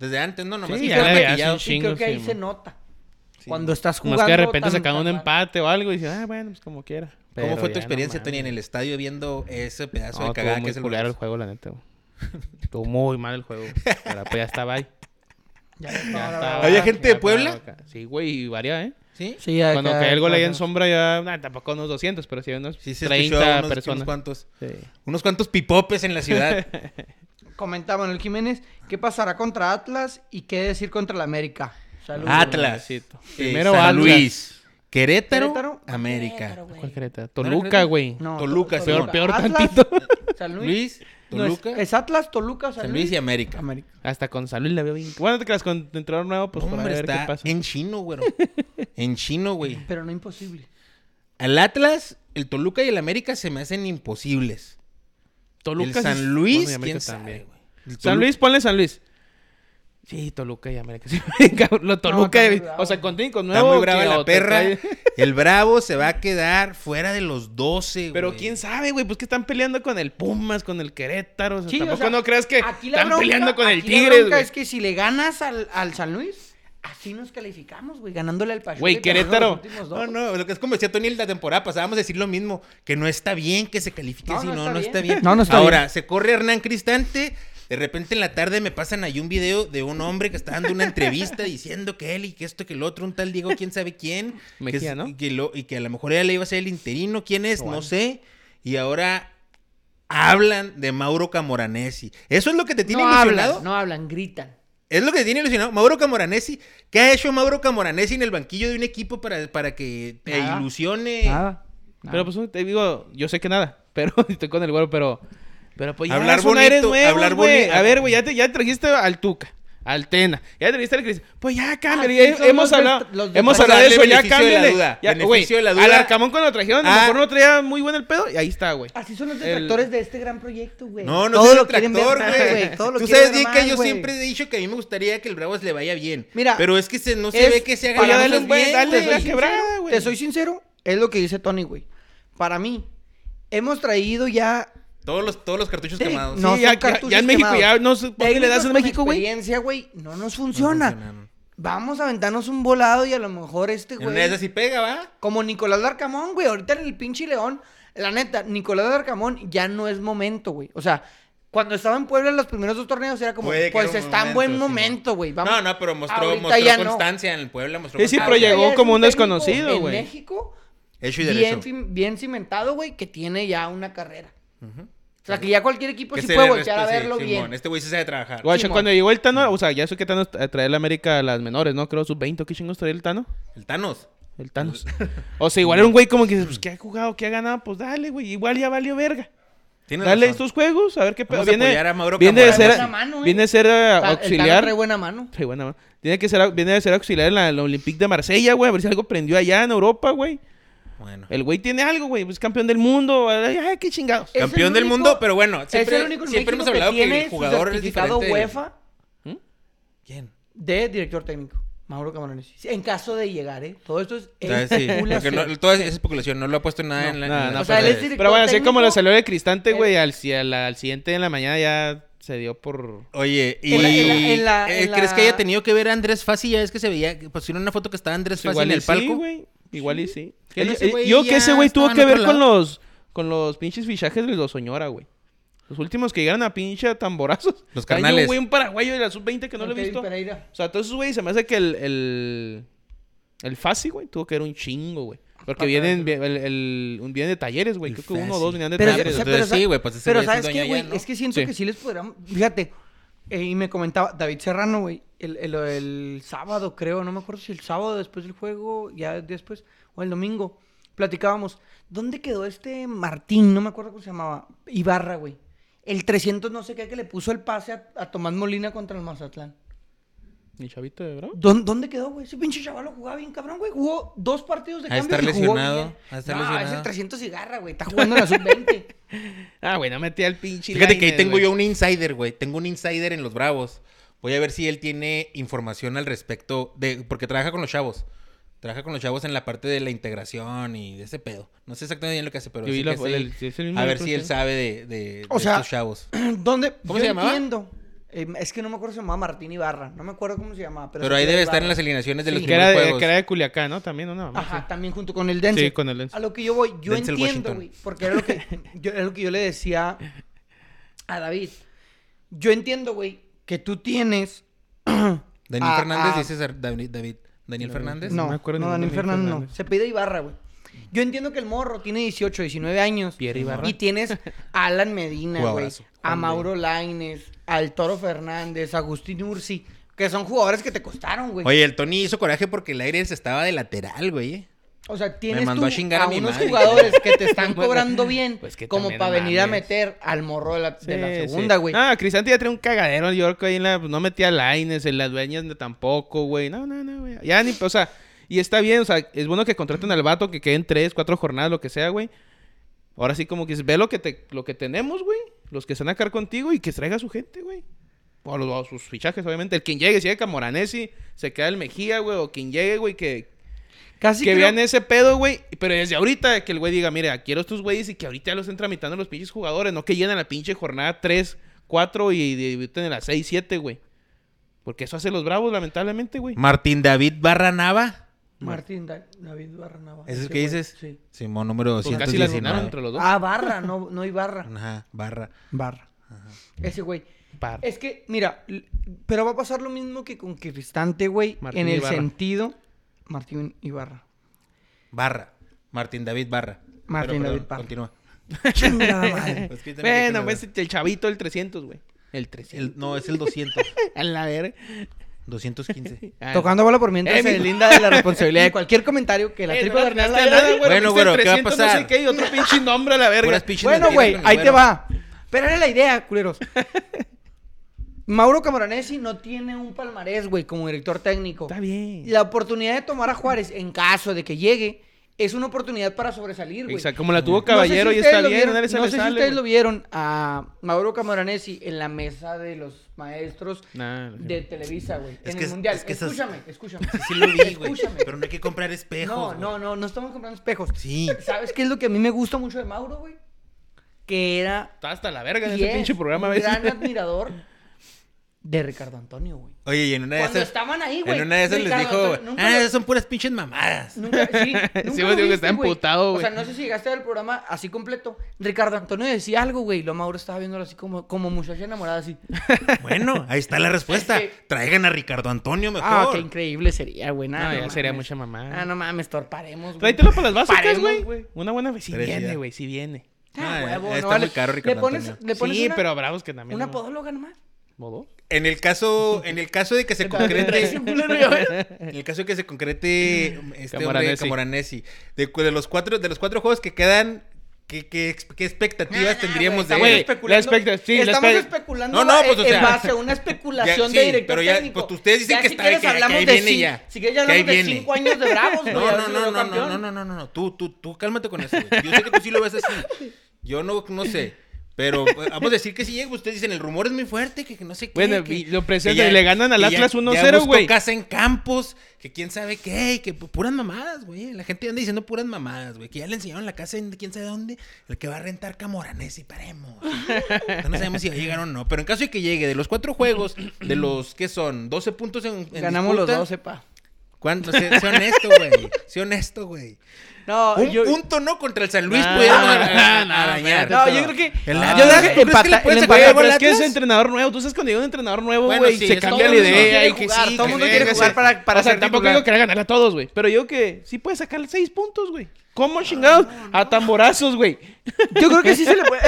Desde antes, no, nomás Sí, que ya están le- ya hace un maquillados. Y creo Chingo, que ahí sí, se man. nota. Cuando estás jugando. Más que de repente tan- sacaban un tan- empate o algo y dicen, ah, bueno, pues como quiera. ¿Cómo Pero fue ya tu no experiencia, mames. Tony, en el estadio viendo ese pedazo No, de estuvo cagada que muy es el culero el Bravos? juego, la neta, güey. Estuvo muy mal el juego. güey. Pero pues ya estaba ahí. Ya, Ya ahora, estaba, ahora. ¿Había gente ya de Puebla? estaba acá. Sí, güey, y varias, ¿eh? ¿Sí? Sí, acá- Cuando cae el gol ahí en acá. sombra ya, nah, tampoco unos 200, pero sí unos Sí, se escuchó 30 unos, unos personas. cuantos. Sí. Unos cuantos pipopes en la ciudad. Comentaban el Jiménez, ¿qué pasará contra Atlas y qué decir contra el América? Saludos. Atlas. Luisito. eh, Primero San Atlas. Luis. Querétaro, Querétaro, América. güey. ¿Cuál Querétaro? Querétaro? Toluca, güey. No, Toluca, Tol- peor- Toluca. peor Atlas, tantito. San Luis. Luis, No, es- Toluca, es, Atlas, Toluca, San, San Luis y América. América. Hasta con San Luis la veo bien. Bueno, te quedas con entrenador nuevo, pues para Hombre, ver qué está pasa. en chino, güero. en chino, güey. Pero no imposible. Al Atlas, el Toluca y el América se me hacen imposibles. Toluca el sí- San bueno, y Luis, América quién también. sabe, güey. El San Tolu- Luis, ponle San Luis. Sí, Toluca y América. Sí, cabrón, lo Toluca. está muy bravo. o sea, con con Está nuevo. muy brava que- la o te perra. trae- El Bravo se va a quedar fuera de los 12, güey. Pero quién sabe, güey, pues que están peleando con el Pumas, con el Querétaro. o sea, Sí, tampoco o sea, no creas que aquí la están bronca- peleando con el aquí la Tigres, bronca güey. es que si le ganas al, al San Luis, así nos calificamos, güey, ganándole al Pachuca. y Güey, perdiendo los Querétaro. últimos dos. No, no, lo que es como decía Tony la temporada pasada, vamos a decir lo mismo, que no está bien que se califique No, así, no no, no, está bien. está bien. No, no está Ahora, se corre Hernán Cristante, de repente en la tarde me pasan ahí un video de un hombre que está dando una entrevista diciendo que él y que esto, que el otro, un tal Diego, quién sabe quién. que Mejía, es- ¿no? Y que, lo- y que a lo mejor él le iba a ser el interino, quién es, no sé. Y ahora hablan de Mauro Camoranesi. Eso es lo que te tiene no ilusionado. hablan, no hablan, gritan. Es lo que te tiene ilusionado. Mauro Camoranesi, ¿qué ha hecho Mauro Camoranesi en el banquillo de un equipo para, para que te Nada. ilusione? Nada. Pero pues te digo, yo sé que nada, pero estoy con el güero, pero pero pues ya Hablar son aires bonito, nuevos, hablar güey. bonito. A ver, güey, ya te ya trajiste al Tuca, al Tena, ya trajiste al Cris. Pues Ah, ya cámbiale, Así ya son hemos los hablado, del- los del- hemos Para hablado de darle eso, ya beneficio de la cámbiale. duda, ya, beneficio güey, de la Al duda. Arcamón cuando lo trajeron, a Ah. lo mejor no traía muy buen el pedo y ahí está, güey. Así son los El- detractores de este gran proyecto, güey. No, no Todo seas lo quieren ver detractor, mal, güey. todo lo Tú quieren sabes ver bien mal, que yo güey. siempre he dicho que a mí me gustaría que el Bravos le vaya bien. Mira, pero es que se, no se es- ve que se haga para las darle cosas un buen- bien, dale güey. la quebrada, güey. Te soy sincero, es lo que dice Tony, güey. Para mí, hemos traído ya Todos los, todos los cartuchos Sí, quemados. No Sí, son ya, ya- cartuchos ya en México quemados. ya no sé por qué le técnicos das en con México, güey. experiencia, güey, no nos No funciona. funcionaron. Vamos a aventarnos un volado y a lo mejor este, En güey. una de esas sí pega, ¿va? Como Nicolás Darcamón, güey. Ahorita en el pinche León. La neta, Nicolás Darcamón ya no es momento, güey. O sea, cuando estaba en Puebla en los primeros dos torneos era como, Puede que pues era un está en buen momento, sí, momento, güey. Vamos. No, no, pero mostró, Ahorita mostró ya no. constancia en el pueblo. Mostró Sí, sí, pero constancia. Ahorita llegó ya es como un técnico desconocido, en güey. México, Hecho y derecho. bien, fim- bien cimentado, güey, que tiene ya una carrera. Ujú. O sea, que ya cualquier equipo Que pues sí se puede le voltear a respete, verlo Simón. bien. Este güey sí sabe trabajar. Guacha, Simón. cuando llegó el Tano, o sea, ya sé que Tano trae la América a las menores, ¿no? Creo sub-20, ¿qué chingos traía el Tano? El Thanos. El Thanos. O sea, igual era un güey como que dices, pues, ¿qué ha jugado? ¿Qué ha ganado? Pues dale, güey. Igual ya valió verga. Tienes Dale razón. estos juegos, a ver qué pedo. Vamos a Viene, apoyar a Mauro viene de Camorán. ser, Buena mano, ¿eh? viene de ser eh, Ta- el Tano auxiliar. trae buena mano. Sí, buena mano. Tiene que ser, viene de ser auxiliar en la, en la Olympique de Marsella, güey. A ver si algo prendió allá en Europa, güey. Bueno. El güey tiene algo, güey. Es campeón del mundo. Ay, ay, qué chingados. Es el Campeón del único- mundo, pero bueno, siempre, es el único en siempre México hemos hablado que, tiene su el jugador es certificado diferente. UEFA ¿Quién? de director técnico, Mauro Camarones. En caso de llegar, ¿eh? Todo esto es Ah, sí, porque especulación. no- toda esa especulación no lo ha puesto nada en la. Nada, en nada, la- O sea, pero- él es director pero bueno, así como técnico. Eh. lo salió de Cristante, Él- güey, al, si- al- al siguiente en la mañana ya se dio por... Oye, y. En la- en la- en la- eh, en ¿Crees la- que haya tenido que ver a Andrés Fassi? Ya es que se veía, que pusieron una foto que estaba Andrés Fassi Pues igual en y el palco. Sí, güey. Igual y sí. Él- Él- ese él- güey yo que ya ese güey estaba tuvo en que otro ver con lado. los con los pinches fichajes de los Soñora, güey. Los últimos que llegaron a pinche a tamborazos. Los Hay un carnales. güey, un paraguayo de la sub-20 que no lo he visto. O sea, todos esos güey, se me hace que el. El, el Fassi, güey, tuvo que ver un chingo, güey. Porque Para vienen, vi- el, el- un- vienen de talleres, güey. El Creo que uno o Fassi. dos venían de Pero, talleres. o sea, entonces pero, sí, güey, pues ese pero güey es ¿sabes dueño qué, ya, güey? ¿no? Es que siento Sí. que sí les podríamos... Fíjate, eh, y me comentaba David Serrano, güey, el, el- el sábado, creo, no me acuerdo si el sábado después del juego, ya después, o el domingo, platicábamos, ¿dónde quedó este Martín? No me acuerdo cómo se llamaba, Ibarra, güey. El 300 no sé qué que le puso el pase a, a Tomás Molina contra el Mazatlán. ¿Mi chavito de bravo? ¿Dó- ¿Dónde quedó, güey? Ese pinche chaval lo jugaba bien, cabrón, güey. Jugó dos partidos de Ha de cambio estar y jugó lesionado, bien. ha de estar no, es el lesionado. 300 Ibarra, güey. Está jugando en la sub-20. Ah, güey, no metí al pinche. Fíjate que ahí Lainez, tengo güey. yo un insider, güey. Tengo un insider en los Bravos. Voy a ver si él tiene información al respecto de porque trabaja con los chavos. Trabaja con los chavos en la parte de la integración y de ese pedo. No sé exactamente bien lo que hace, pero Yo sí vi la- que sí. el- es el mismo a ver otro, si él sí. sabe de, de- O de sea, estos chavos. ¿Dónde? ¿Cómo yo se llamaba? Entiendo. Eh, es que no me acuerdo si se llamaba Martín Ibarra. No me acuerdo cómo se llamaba. Pero, Pero, sí ahí era debe estar Ibarra. en las alineaciones de Sí. los Que era, primeros de, juegos. que era de Culiacán, ¿no? También, ¿no? Nada más, Ajá, sí. también junto con el Denzel. Sí, con el Denzel. A lo que yo voy, yo Denzel entiendo, Washington. güey. Porque era lo, que, yo, era lo que yo le decía a David. Yo entiendo, güey, que tú tienes. Daniel Ah, Fernández, ah. dices Ar- David. David- Daniel Fernández. No No, me acuerdo no, ningún Daniel Daniel Fernández, no. Fernández. Se pide Ibarra, güey. Yo entiendo que el morro tiene 18, 19 años. Pierre Ibarra. Y tienes a Alan Medina, güey. Jugadorazo. A Mauro Laines, al Toro Fernández, a Agustín Ursi. Que son jugadores que te costaron, güey. Oye, el Tony hizo coraje porque el aire se estaba de lateral, güey. ¿eh? O sea, tienes mandó tú a chingar a mi unos madre. jugadores que te están Bueno, cobrando bien pues que como también para no venir a mames. meter al morro de la, de la Sí, sí. segunda, güey. Ah, Crisanti ya trae un cagadero en York ahí en la, pues, no metía Lines, en las dueñas no- tampoco, güey. No, no, no, güey. Ya ni, o sea, y está bien, o sea, es bueno que contraten al vato, que queden tres, cuatro jornadas, lo que sea, güey. Ahora sí como que dices, ve lo que te, lo que tenemos, güey. Los que se van a quedar contigo y que traiga a su gente, güey. O a, los, a sus fichajes, obviamente. El quien llegue, si llega Moranesi, se queda el Mejía, güey. O quien llegue, güey, que, Casi que creo- vean ese pedo, güey. Pero desde ahorita que el güey diga, mira, quiero estos güeyes y que ahorita ya los estén tramitando los pinches jugadores, no que llenen la pinche jornada 3, 4 y debuten en la 6, 7, güey. Porque eso hace los bravos, lamentablemente, güey. Martín David Barranava. Martín Da- David Barra Nava. ¿Es el Ese que güey, dices? Sí. Simón, número Pues casi la 219. ganaron entre los dos. Ah, Barra, no, no Ibarra. Ajá, barra. Barra. Ese güey. Par. Es que, mira, l- pero va a pasar lo mismo que con Cristante, güey. Martín En el Ibarra. sentido. Martín Ibarra. Barra. Martín David Barra. Martín David Barra. Continúa. Chingada madre. Es que tenía que Bueno, tener- pues el chavito del 300, güey. El 300. El- no, es el 200. A la verga. 215. Ah, Tocando bola por mientras Eh, se mi- linda de la responsabilidad de cualquier comentario que la eh, tripa de no le Arnaldo atinaste a haya nada, güey. Bueno, Bueno, güero, ¿qué va a 300, No sé pasar? qué, y otro pinche nombre a la verga. Puras pinches Bueno, mentiras güey, con el ahí te güero. va. Pero era la idea, culeros. Mauro Camoranesi no tiene un palmarés, güey, como director técnico. Está bien. La oportunidad de tomar a Juárez, en caso de que llegue, es una oportunidad para sobresalir, güey. Exacto, como la tuvo No sé Caballero si y ustedes está lo bien, vieron- nadie se no le sé si sale, ustedes güey. lo vieron a Mauro Camoranesi en la mesa de los maestros Nah, no sé. de Televisa, güey. Es en que el es- Mundial. es que esas- escúchame, escúchame. Sí lo vi, güey. Escúchame. Pero no hay que comprar espejos. No, güey. no, no, no estamos comprando espejos. Sí. ¿Sabes qué es lo que a mí me gusta mucho de Mauro, güey? Que era Está hasta la verga en y ese es pinche programa a un veces. gran admirador de Ricardo Antonio, güey. Oye, y en una de Cuando esas. estaban ahí, güey. En una de esas les Ricardo dijo, Antonio- nunca ah, lo- son puras pinches mamadas. Nunca, sí, nunca Sí, lo me digo que viste, está güey. emputado, O güey. sea, no sé si llegaste al programa así completo. Ricardo Antonio decía algo, güey. Y lo Mauro estaba viéndolo así como, como muchacha enamorada, así. Bueno, ahí está la respuesta. Es que- Traigan a Ricardo Antonio mejor. Ah, qué increíble sería, güey. Nah, No, ya mames. sería mucha mamá. Ah, no mames, torparemos, güey. Tráetelo para las básicas, Paremos, güey. Una buena... Si Tres viene, ya. güey, si viene. Ah, Ah, huevo, está no muy vale. caro Ricardo Le pones, Antonio. le pones sí, una, pero bravos que también. una no- podóloga nomás. ¿Modó? En el caso, en el caso de que se concrete, en el caso de que se concrete este hombre Camoranesi. Camoranesi, de, cu- de los cuatro, de los cuatro juegos que quedan, ¿qué, qué ex- qué expectativas Nah, tendríamos güey, de Güey, él? la expecta- sí, la Ah, estamos espe- especulando No, no, en- pues, o en sea, base a una especulación ya, de sí, director pero ya, técnico. pues, ustedes dicen Ya que si está- quieres que- que hablamos ahí de viene cin- ya, Si quieres que ya hablamos ahí de viene. cinco años de bravos, güey. No, a ver no, si no, lo no, no, campeón. no, no, no, no, no. Tú, tú, tú, cálmate con eso. güey. Yo sé que tú sí lo ves así. Yo no, no sé. Pero pues, vamos a decir que si llega, ustedes dicen el rumor es muy fuerte, que, que no sé qué. Bueno, que- y lo que presentan y le ganan al que Atlas ya- 1-0, ya buscó güey. casa en Campos, que quién sabe qué, y que pu- puras mamadas, güey. La gente anda diciendo puras mamadas, güey. Que ya le enseñaron la casa en quién sabe dónde, el que va a rentar Camoranés y paremos. No, no sabemos si va a llegar o no. Pero en caso de que llegue, de los cuatro juegos, de los que son 12 puntos en, en Ganamos los disputa, dos, sepa. ¿Cuánto? Sé, sé honesto, güey. Sé honesto, güey. No, Un yo, punto, ¿no? Contra el San Luis Nah, pudieron nah, a- nah, a- arañar. no, yo creo que. El Ah, yo creo que Atlas. ¿Tú crees que le empata- pueden el sacar empata- algo Pero al es que es Atlas? entrenador nuevo. Tú sabes cuando llega un entrenador nuevo, güey, Bueno, sí, se es cambia todo la el mundo idea quiere y que jugar, sí, todo el que mundo sí, quiere que jugar sí. para- para O sea, ser tampoco titular. digo que le hagan ganar a todos, güey. Pero yo que sí puede sacar seis puntos, güey. Ah, ¿Cómo chingados? A tamborazos, güey. Yo creo que sí se le puede.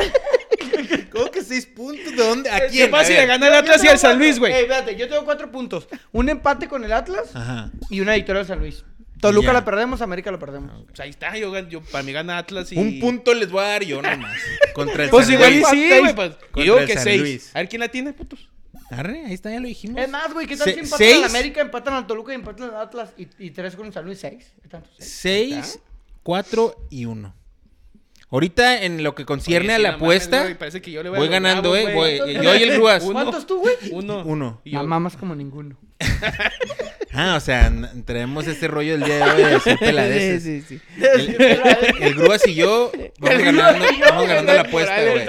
¿Cómo que seis puntos? ¿De dónde? ¿A Es quién? fácil A de ver. ganar al Yo Atlas y tengo al San cuatro- Luis, Ey, güey. espérate, yo tengo cuatro puntos. Un empate con el Atlas Ajá. y una victoria al San Luis. Toluca Ah. Ya. la perdemos, América la perdemos. Pues ahí está, yo, gan- yo- para mí gana Atlas y... Un punto les voy a dar yo nomás. Contra el Pues San igual y Luis. sí, Seis. güey. pues, Contra yo digo el que San seis. Luis. A ver quién la tiene, putos. Arre, ahí está, ya lo dijimos. Es más, güey, ¿qué tal Se- si empatan seis. al América, empatan al Toluca y empatan al Atlas y, y tres con el San Luis? ¿Seis? ¿Qué tanto? Seis. Seis, cuatro y uno. Ahorita en lo que concierne Oye, a sí, la no mames, apuesta, güey, parece que yo le voy a los ganando, Bravos, eh, güey. voy- yo y el Grúas. Uno. ¿Cuántos tú, güey? Uno. Uno. Y yo- La mamas como ninguno. Ah, o sea, n- traemos este rollo del día de hoy de decir peladeces. Sí, sí, sí. El, el Grúas y yo vamos ganando, vamos ganando la apuesta, güey.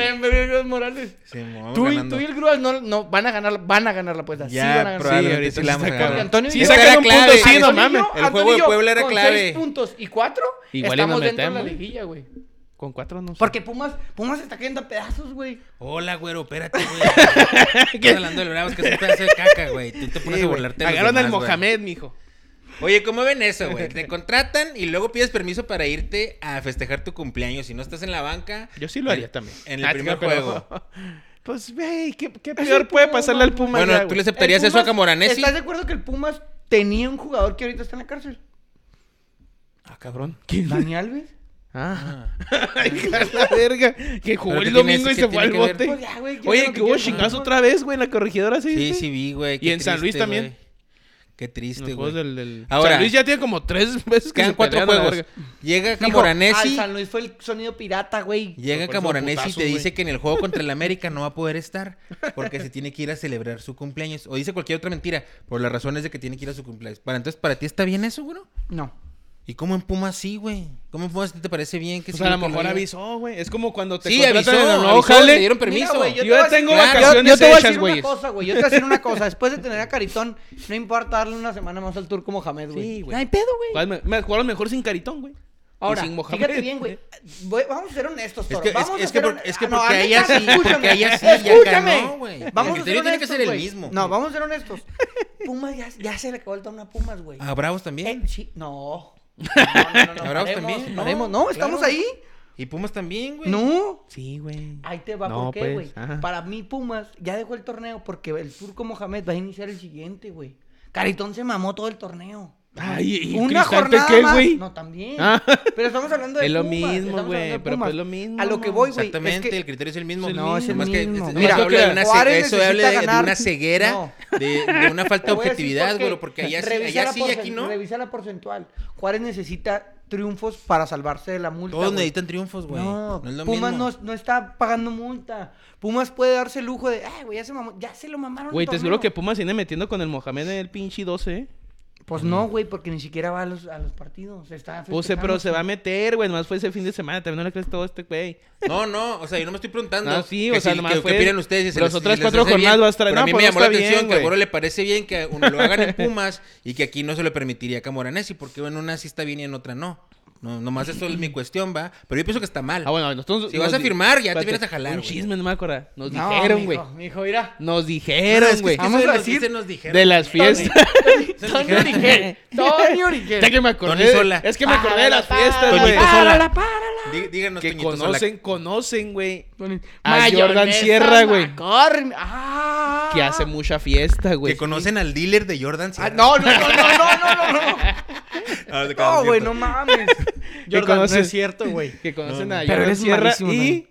güey. Morales. Sí, vamos Tú y, ganando. tú y el Grúas no, no van a ganar, van a ganar la apuesta. sí van a Ya, ganar. probable. probablemente Sí, sí la ahorita sí vamos a está ganar. cabrón. Antonio Sí, y- sacan era un clave. punto, sí, no Antonio y mames. yo- El juego Antonio y de yo, Puebla era con clave. seis puntos y cuatro. Igual y estamos nos dentro de la metemos. liguilla, güey. Con cuatro no. sé. Porque Pumas, Pumas se está cayendo a pedazos, güey. Hola, güero, espérate, güey. Estás hablando del Bravos que es un pedazo de caca, güey. Tú Sí, te pones a güey. burlarte de los Agarran al demás, güey. Mohamed, mijo. Oye, ¿cómo ven eso, güey? Te contratan y luego pides permiso para irte a festejar tu cumpleaños. Si no estás en la banca, Yo sí lo haría también. en el Ah, primer pero- juego. Pues, güey, ¿qué, qué el peor puede Puma, pasarle al güey. Puma? Bueno, ya, tú güey? le aceptarías El eso a Pumas- Camoranesi? ¿Estás de acuerdo que el Pumas tenía un jugador que ahorita está en la cárcel? Ah, cabrón. ¿Quién? Dani Alves. Ah. Ah. Ay, hija de la verga. Que jugó ¿Pero qué el tiene domingo eso? y ¿Qué se fue al tiene que ver? bote. Pues ya, güey, ¿qué es Oye, lo que que hubo quieres? chingazo otra vez, güey, en la corregidora. Sí, Sí, sí vi, güey. qué Y en San Luis triste, también. güey. Qué Los triste, juegos güey. pues, del, del- Ahora- San Luis ya tiene como tres veces que Quedan se cuatro pelean a la juegos. verga. Llega Dijo, "Ay, Camoranesi, San Luis fue el sonido pirata, güey. llega Por eso Camoranesi y putazo, te dice güey. que en el juego contra el América no va a poder estar porque se tiene que ir a celebrar su cumpleaños. O dice cualquier otra mentira por las razones de que tiene que ir a su cumpleaños. Para entonces, ¿para ti está bien eso, güey? No. ¿Y cómo en Pumas sí, güey? ¿Cómo en Pumas te parece bien que Pues sí, a lo que no mejor haya? avisó, güey. Es como cuando te Sí, contratan avisó, en el nuevo avisó, jale. le dieron permiso. Mira, güey, Yo te ya voy a decir- tengo Claro, vacaciones yo, yo te voy a hechas, decir güeyes. una cosa, güey. Yo te voy a decir una cosa. Después de tener a Caritón, no importa darle una semana más al Turco Mohamed, güey. Sí, güey. No hay pedo, güey. Jugaron Pues, me- me- jugaron mejor sin Caritón, güey. Y Ahora, sin Mohamed. fíjate bien, güey. Voy- Vamos a ser honestos, Es Toro. que, es, Vamos es a que, ser por- hon- es que Ah, no, porque hazme allá caso, sí, porque escúchame. allá sí, y acá no, güey. Vamos el a criterio ser tiene que honestos, ser el güey. mismo. No, vamos a ser honestos. Pumas ya, ya se le acabó el turno a Pumas, güey. A Bravos Eh, también. sí, no. No, no, no, no, Habrá paremos, también, ¿no? paremos. No, estamos Claro. ahí. Y Pumas también, güey. No. Sí, güey. Ahí te va, No, ¿por qué, güey? pues, ajá. Para mí, Pumas ya dejó el torneo porque el turco Mohamed va a iniciar el siguiente, güey. Caritón se mamó todo el torneo. Ay, ¿y Una Cristante jornada qué, más. güey? No, también. Ah. Pero estamos hablando de Es lo Pumas, mismo, estamos hablando güey, de pero Pumas. pues lo mismo, A lo que no. voy, güey. Exactamente, es que- el criterio es el mismo. Es el No, es el mismo. mismo. Nomás Mira, creo habla de que una Juárez ce- eso necesita habla de, de ganar. una ceguera, No. de, de una Te voy falta de a decir objetividad, por qué. güey, porque allá sí, Revisa allá la sí y aquí porcen- no. Revisa la porcentual. Juárez necesita triunfos para salvarse de la multa. Todos güey. necesitan triunfos, güey. No, No, es lo Pumas mismo. no, no está pagando multa. Pumas puede darse el lujo de, ay, güey, ya se mamó, ya se lo mamaron. el Güey, te torneo". aseguro que Pumas viene metiendo con el Mohamed en el pinche 12, ¿eh? Pues no, güey, porque ni siquiera va a los, a los partidos. Está Pues, eh, pero festejando. se va a meter, güey. Nomás fue ese fin de semana. También no le crees todo a este güey. No, no, o sea, yo no me estoy preguntando. No, sí, que o sea, si- nomás que- ¿Qué fue- opinan ustedes? las les- otras les cuatro hace bien. jornadas va a estar- Pero no, a mí pues me no llamó la está atención bien, que a güey. Boro le parece bien que uno lo hagan en Pumas y que aquí no se lo permitiría a Camoranesi, porque en una sí está bien y en otra no. No, nomás eso es mi cuestión, va. Pero yo pienso que está mal. Ah, bueno, nosotros. Si nos vas a di- firmar, ya te espérate, vienes a jalar, Un güey. chisme, no me acuerdo. Nos No, dijeron, güey. mijo, mijo, mira. Nos No, es dijeron, que güey. sí Vamos a se nos- decir sí se nos dijeron. De las fiestas. Se nos Tony dijeron. Origel. Tony Origel. Ya que me acordé. Tony Sola. Es que me acordé de las fiestas, Toñito güey. Sola. Párala, párala. Dí- Díganos, Que Toñito Solá. conocen, conocen, güey. Tony- A Ah, Jordan Mayonesa, Sierra, güey. McCormick. Ah. Que hace mucha fiesta, güey. Que conocen al dealer de Jordan. Ah, Sierra. no, no, no, no, no, no, no. Ah, se quedó No, güey, no cierto. mames. Que Jordan, no conoces- es cierto, güey. Que conocen a Pero Jordan eres Sierra malísimo, y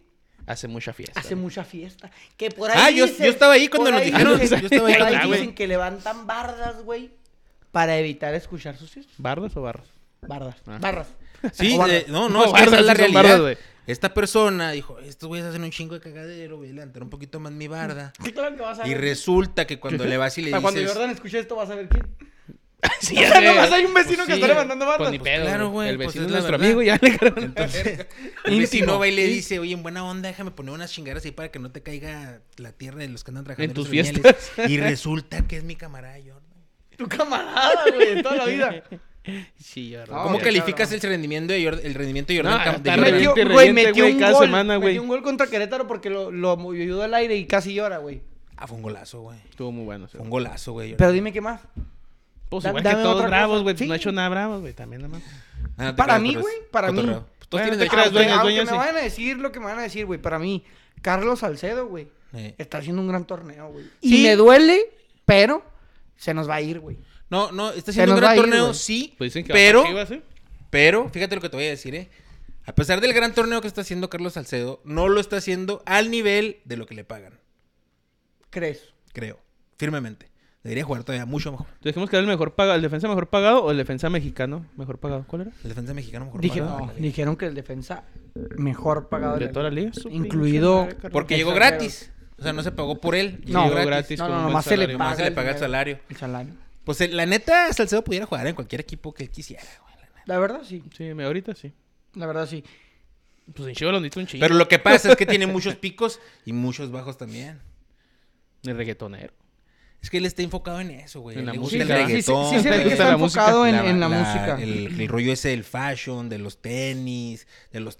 hace mucha fiesta. Hace güey. mucha fiesta. Que por ahí Ah, yo, dicen- yo estaba ahí cuando por nos ahí dijeron. dicen- Yo estaba ahí por ahí Ah, cuando- güey. dicen que levantan bardas, güey, para evitar escuchar sus fiestas. ¿Bardas o barros? Bardas, Ah. barras. Sí, O bardas. eh, No, no, no, es que esa bardas, es la sí son realidad. bardas, güey. Esta persona dijo, estos güeyes hacen un chingo de cagadero, voy a levantar un poquito más mi barda. Sí, claro que vas a Y ver. resulta que cuando le vas y le O sea, cuando dices, Jordan escuche esto, vas a ver quién. Sí, ya sé. Nomás hay un vecino que está levantando bardas. Pues ni Pues pedo, claro, güey, El pues vecino es es la nuestro verdad. amigo, ya le cargaron. el vecino íntimo. va y le dice, oye, en buena onda, déjame poner unas chingaras ahí para que no te caiga la tierra de los que andan trabajando En tus los viñales". Y resulta que es mi camarada Jordan. Tu camarada, güey, de toda la vida. Sí, yo No, ¿Cómo qué calificas cabrón. el rendimiento de Jordan, el rendimiento de Jordan No, Camp- de está Jordan? re- Metió, reviente, güey, reviente, metió güey, un cada gol. semana, güey. metió un gol contra Querétaro porque lo, lo movió- ayudó al aire y casi llora, güey. Ah, fue un golazo, güey. Estuvo muy bueno. Fue un golazo, güey. Jordan. Pero dime qué más. Pues Da- igual dame que todos otra bravos, cosa. güey. pues Sí. No ha hecho nada bravos, güey. También nada más. Ah, no te para creas, mí, pero es güey, para mí. cotorreo. Pues todos Bueno, tienen te derecho. creas, Aunque, dueños, aunque dueños, me sí. van a decir lo que me van a decir, güey, para mí, Carlos Salcedo, güey, Eh. está haciendo un gran torneo, güey. Sí. Y me duele, pero se nos va a ir, güey. No, no, está Se haciendo un nos va gran a ir, torneo, güey. sí. Pues dicen que va pero, para Chivas, ¿eh? pero, fíjate lo que te voy a decir, eh. A pesar del gran torneo que está haciendo Carlos Salcedo, no lo está haciendo al nivel de lo que le pagan, ¿Crees? creo, firmemente. Debería jugar todavía mucho mejor. Dijimos que era el mejor pagado, el defensa mejor pagado o el defensa mexicano mejor pagado. ¿Cuál era? El defensa mexicano mejor Dije- pagado. no, dijeron que el defensa mejor pagado De toda la liga. Incluido- Porque llegó Extranjero. gratis. O sea, no se pagó por él. No, llegó gratis. gratis. No, con no, un nomás buen se le salario. paga. Nomás se le paga el salario. El salario. Pues eh, la neta, Salcedo pudiera jugar en cualquier equipo que él quisiera, güey. la neta. La verdad sí, Sí, me- ahorita sí. la verdad sí. Pues en Chivas lo necesita un chingo. Pero lo que pasa es que tiene muchos picos y muchos bajos también. El reggaetonero. Es que él está enfocado en eso, güey. En la Le gusta el música. Sí, sí, reggaetón. sí, sí, se ve le que gusta está la música. enfocado en, en la, la- música. El, el rollo ese del fashion, de los tenis, de los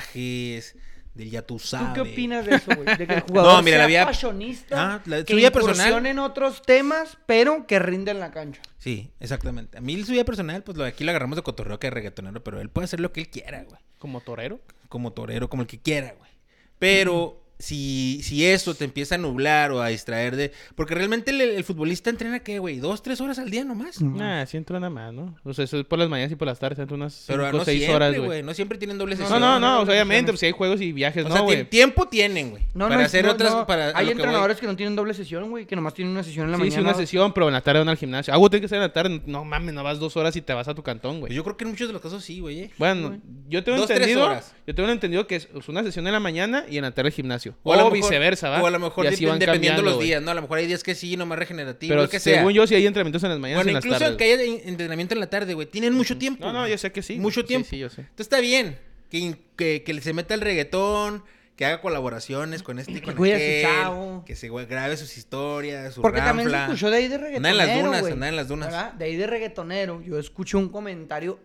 tatuajes, del ya tú sabes. ¿Tú qué opinas de eso, güey? De que el jugador No, mira, sea la vida- fashionista, Ah, la- su que vida personal. incursione en otros temas, pero que rinde en la cancha. Sí, exactamente. A mí su vida personal, pues lo de aquí lo agarramos de cotorreo que de reggaetonero, pero él puede hacer lo que él quiera, güey. Como torero. como torero, como el que quiera, güey. Pero si, si eso te empieza a nublar o a distraer de... Porque realmente el, el futbolista entrena, ¿qué, güey? ¿Dos, tres horas al día nomás? Mm. Ujú. Nah, sí entra nada más, ¿no? O sea, eso es por las mañanas y por las tardes. Entra unas 5 Pero o no 6 siempre, horas, güey. güey. No siempre tienen doble No, sesión. no, no. no, O sea, obviamente, no. pues si hay juegos y viajes, O no, sea, güey. ti- tiempo tienen, güey. No, para no, hacer no, otras... no. Para, a Hay lo que entrenadores que, no tienen doble sesión, güey, que nomás tienen una sesión en la sí, sí, mañana. una sesión, pero en la tarde van al gimnasio. Ah, güey, tiene que ser en la tarde. No mames, no vas dos horas y te vas a tu cantón, voy. güey. Pues Yo creo que en muchos de los casos sí, güey. eh. Bueno, yo tengo Dos, tres entendido. horas. Yo tengo entendido que es es una sesión en la mañana y en la tarde el gimnasio. O, a lo mejor- viceversa, ¿va? O a lo mejor Y depen- van dependiendo cambiando, los güey. días, ¿no? A lo mejor hay días que sí, nomás regenerativo, Pero lo que sea. según yo, sí hay entrenamientos en las mañanas bueno, y en las incluso tardes. que haya en- entrenamiento en la tarde, güey. Tienen mucho tiempo. No, no, güey. yo sé que sí. güey. Mucho Sí, tiempo. Sí, yo sé. Entonces está bien que, in- que, que se meta el reggaetón, que haga colaboraciones con este y con cuide a su aquel, chavo. que se gu- grabe sus historias, su Porque también se ranfla. escuchó de ahí de reggaetonero. Andaba en las dunas, güey. andaba en las dunas. ¿Verdad? De ahí de reggaetonero, yo escuché un comentario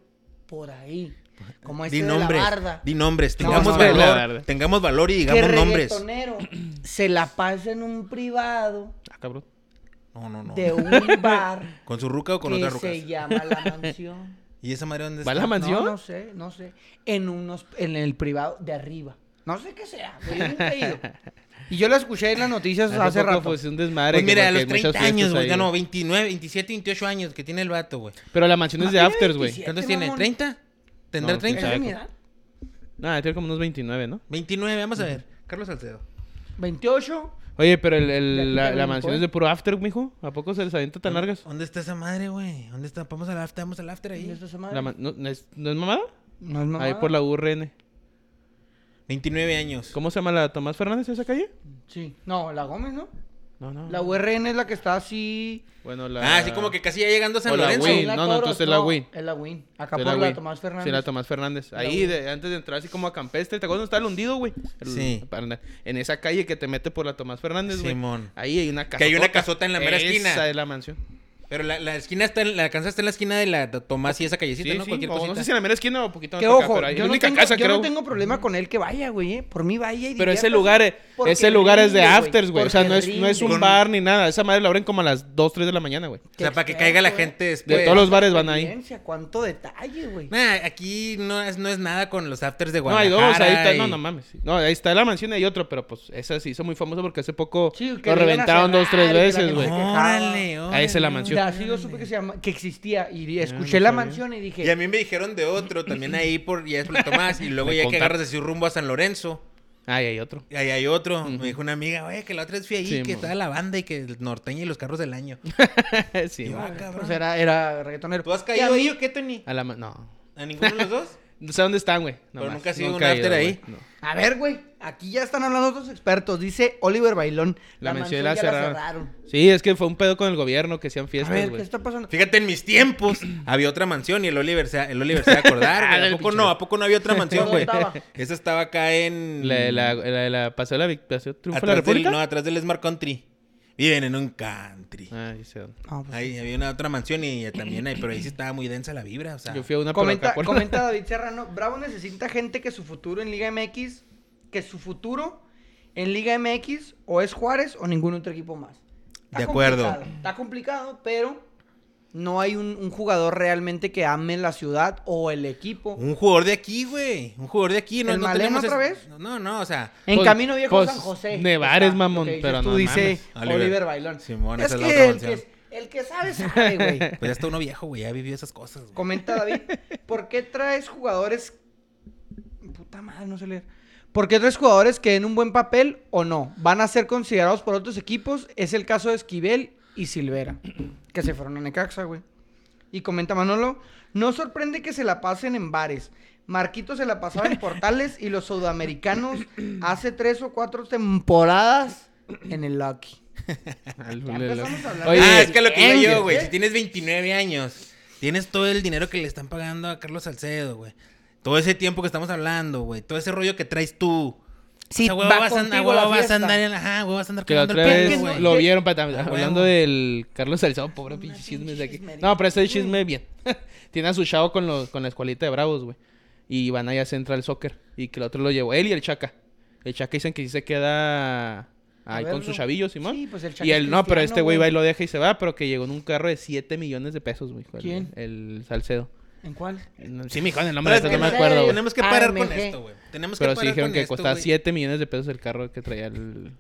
por ahí. Como este Di de nombres, la barda. di nombres, No, tengamos no, valor, la barda. tengamos valor y que digamos nombres. reggaetonero se la pasa en un privado Ah, cabrón. No, no, no. de un bar Con su ruca o con que otra ruca. se llama La Mansión. ¿Y esa madre dónde ¿Va está? Pues a la No, mansión? no sé, no sé. En unos, en el privado de arriba. No sé qué sea. güey, yo nunca he ido. Y yo la escuché en las noticias hace, poco rato. Pues un desmadre. Pues mira, a como los que muchas 30 años, fiestas güey. ahí, Ya no, 29, 27, 28 años que tiene el vato, güey. Pero la mansión es de Imagínate afters, güey. 27. ¿Cuántos Siete, tiene? mamón. ¿30? ¿Tendrá No, 30? ¿Esa es Exacto. mi edad? Nada, tiene como unos 29, ¿no? 29, vamos a ver. Carlos Salcedo. 28. Oye, pero el, el- Ya Ah. aquí la, tengo la mi mansión poder. es de puro after, mijo. ¿A poco se les avienta tan largas? ¿Dónde está esa madre, güey? ¿Dónde está? Vamos al after, vamos al after y ahí. esta es madre. La ma- no, no es, ¿no es mamada? No es mamada. Ahí por la URN. 29 años. ¿Cómo se llama la Tomás Fernández esa calle? Sí. No, la Gómez, ¿no? No, no. La URN es la que está así. Bueno, Ah, así como que casi ya llegando a San O la Lorenzo. Win, la no, no, entonces es la Win. Es la Win. Acá Sí, por la güey. Tomás Fernández. Sí, la Tomás Fernández. Ahí, güey. de- antes de entrar así como a Campestre. ¿Te acuerdas dónde estaba el hundido, güey? El- Sí. para andar- En esa calle que te mete por la Tomás Fernández, güey. Simón. Ahí hay una casota. Que hay una casota en la mera Esa esquina. es la mansión. Pero la, la esquina está, en, la casa está en la esquina de la de Tomás y esa callecita, ¿no? Cualquier o cosita. No sé si en la mera esquina o poquito más Que para acá, ojo, pero ahí- yo, la no única tengo, casa, yo no creo. tengo problema con él que vaya, güey. eh. Por mí vaya y Pero ese diviértase, lugar, eh, porque ese lugar es de rinde, afters, güey. O sea, porque no es, no es rinde. un bar ni nada. Esa madre la abren como a las 2, 3 de la mañana, güey. O sea, para que caiga la gente De después. todos los bares van ahí. Experiencia, Cuánto detalle, güey. Nah, aquí no es, no es nada con los afters de No, hay Guadalajara. dos, ahí está, no, y- no mames. sí. No, ahí está la mansión y hay otro, pero pues esa se hizo muy famosa porque hace poco Sí, que lo le iban a reventaron dos, tres cerrar y que la veces, gente güey. se Órale, órale. Ahí se la mansión. Ya, sí, yo supe que, se llama, que existía y escuché no la sabía. mansión y dije, Y a mí me dijeron de otro también ahí por ya es por Tomás y luego Me ya que contaron. agarras de su rumbo a San Lorenzo. Ahí hay otro. Y ahí hay otro. Me dijo una amiga, oye, que la otra vez fui ahí, Sí, que mo. estaba la banda y que el norteño y los carros del año. sí, Y yo, ma- ah, cabrón. pues era, era reggaetonero. ¿Tú has Y a caído mí- ahí o qué, Tony? a la ma- no. ¿A ninguno de los dos? No sé dónde están, güey. No Pero más, nunca ha sido un he ido, after ahí. güey, no. A ver, güey, aquí ya están hablando otros expertos. Dice Oliver Bailón, La, la, mansión mansión la ya cerraron. la cerraron. Sí, es que fue un pedo con el gobierno que hacían A fiestas, ver, ¿qué güey. está pasando? Fíjate, en mis tiempos había otra mansión y el Oliver se, el Oliver se va a acordar, güey. Ah, Del ¿A poco pinche. no? ¿A poco no había otra mansión, ¿Dónde güey? estaba? Esa estaba acá en... La, la, la, la paseo de la Vic- Paseo Triunfo de la atrás del- República. no, atrás del Smart Country. Viven en un country. Ah, ya sé dónde. No, pues, Ahí había una otra mansión y también ahí, pero ahí sí estaba muy densa la vibra, o sea. Yo fui a una pero comenta, acá por- comenta David Serrano, Bravo necesita gente que su futuro en Liga MX, que su futuro en Liga MX o es Juárez o ningún otro equipo más. De acuerdo. complicado, Está complicado, pero no hay un, un jugador realmente que ame la ciudad o el equipo. Un jugador de aquí, güey. Un jugador de aquí. No, ¿El no Malema tenemos es- otra vez? No, no, o sea. En Pues- Camino Viejo pues, San José. Nevares, lo mamón, que dices pero tú no dice mames. Oliver, Oliver Bailón. Simón, es esa es la que otra el que, canción. el que sabe, sabe, güey. Pues ya está uno viejo, güey. Ya vivió esas cosas, güey. Comenta David, ¿por qué traes jugadores... Puta madre, no sé leer. ¿Por qué traes jugadores que den un buen papel o no? Van a ser considerados por otros equipos. Es el caso de Esquivel y Silvera, que se fueron a Necaxa, güey. Y comenta Manolo, no sorprende que se la pasen en bares. Marquito se la pasaba en portales y los sudamericanos hace tres o cuatro temporadas en el Lucky. Al- Ya al- al- empezamos a hablar. Oye, ah, es que lo que digo Angels, yo, güey. ¿eh? Si tienes 29 años, tienes todo el dinero que le están pagando a Carlos Salcedo, güey. Todo ese tiempo que estamos hablando, güey. Todo ese rollo que traes tú. Sí, O sea, güey, va vas a, contigo a huevo la vas a fiesta. andar en ajá, güey, vas a andar que la cagando otra el vez pelo, güey. lo vieron, pata, Ah, huevo. hablando del Carlos Salcedo, pobre pinche chisme de aquí. No, pero ese chisme bien. Tiene a su chavo con, los- con la escuelita de Bravos, güey. Y van allá a Central Soccer. Y que el otro lo llevó él y el Chaca. El Chaca dicen que sí se queda ahí con verlo. su chavillo, Simón. Sí, pues el Chaca y es él, no, pero cristiano, este güey güey. va y lo deja y se va, pero que llegó en un carro de 7 millones de pesos, güey. el- ¿Quién? El, Salcedo. ¿En cuál? Sí, mijo, el nombre Pero de es eso que no me no acuerdo, sé, güey. Tenemos que parar con AMG. esto, güey. Tenemos que Pero sí parar dijeron con que esto, costaba güey. 7 millones de pesos el carro que traía el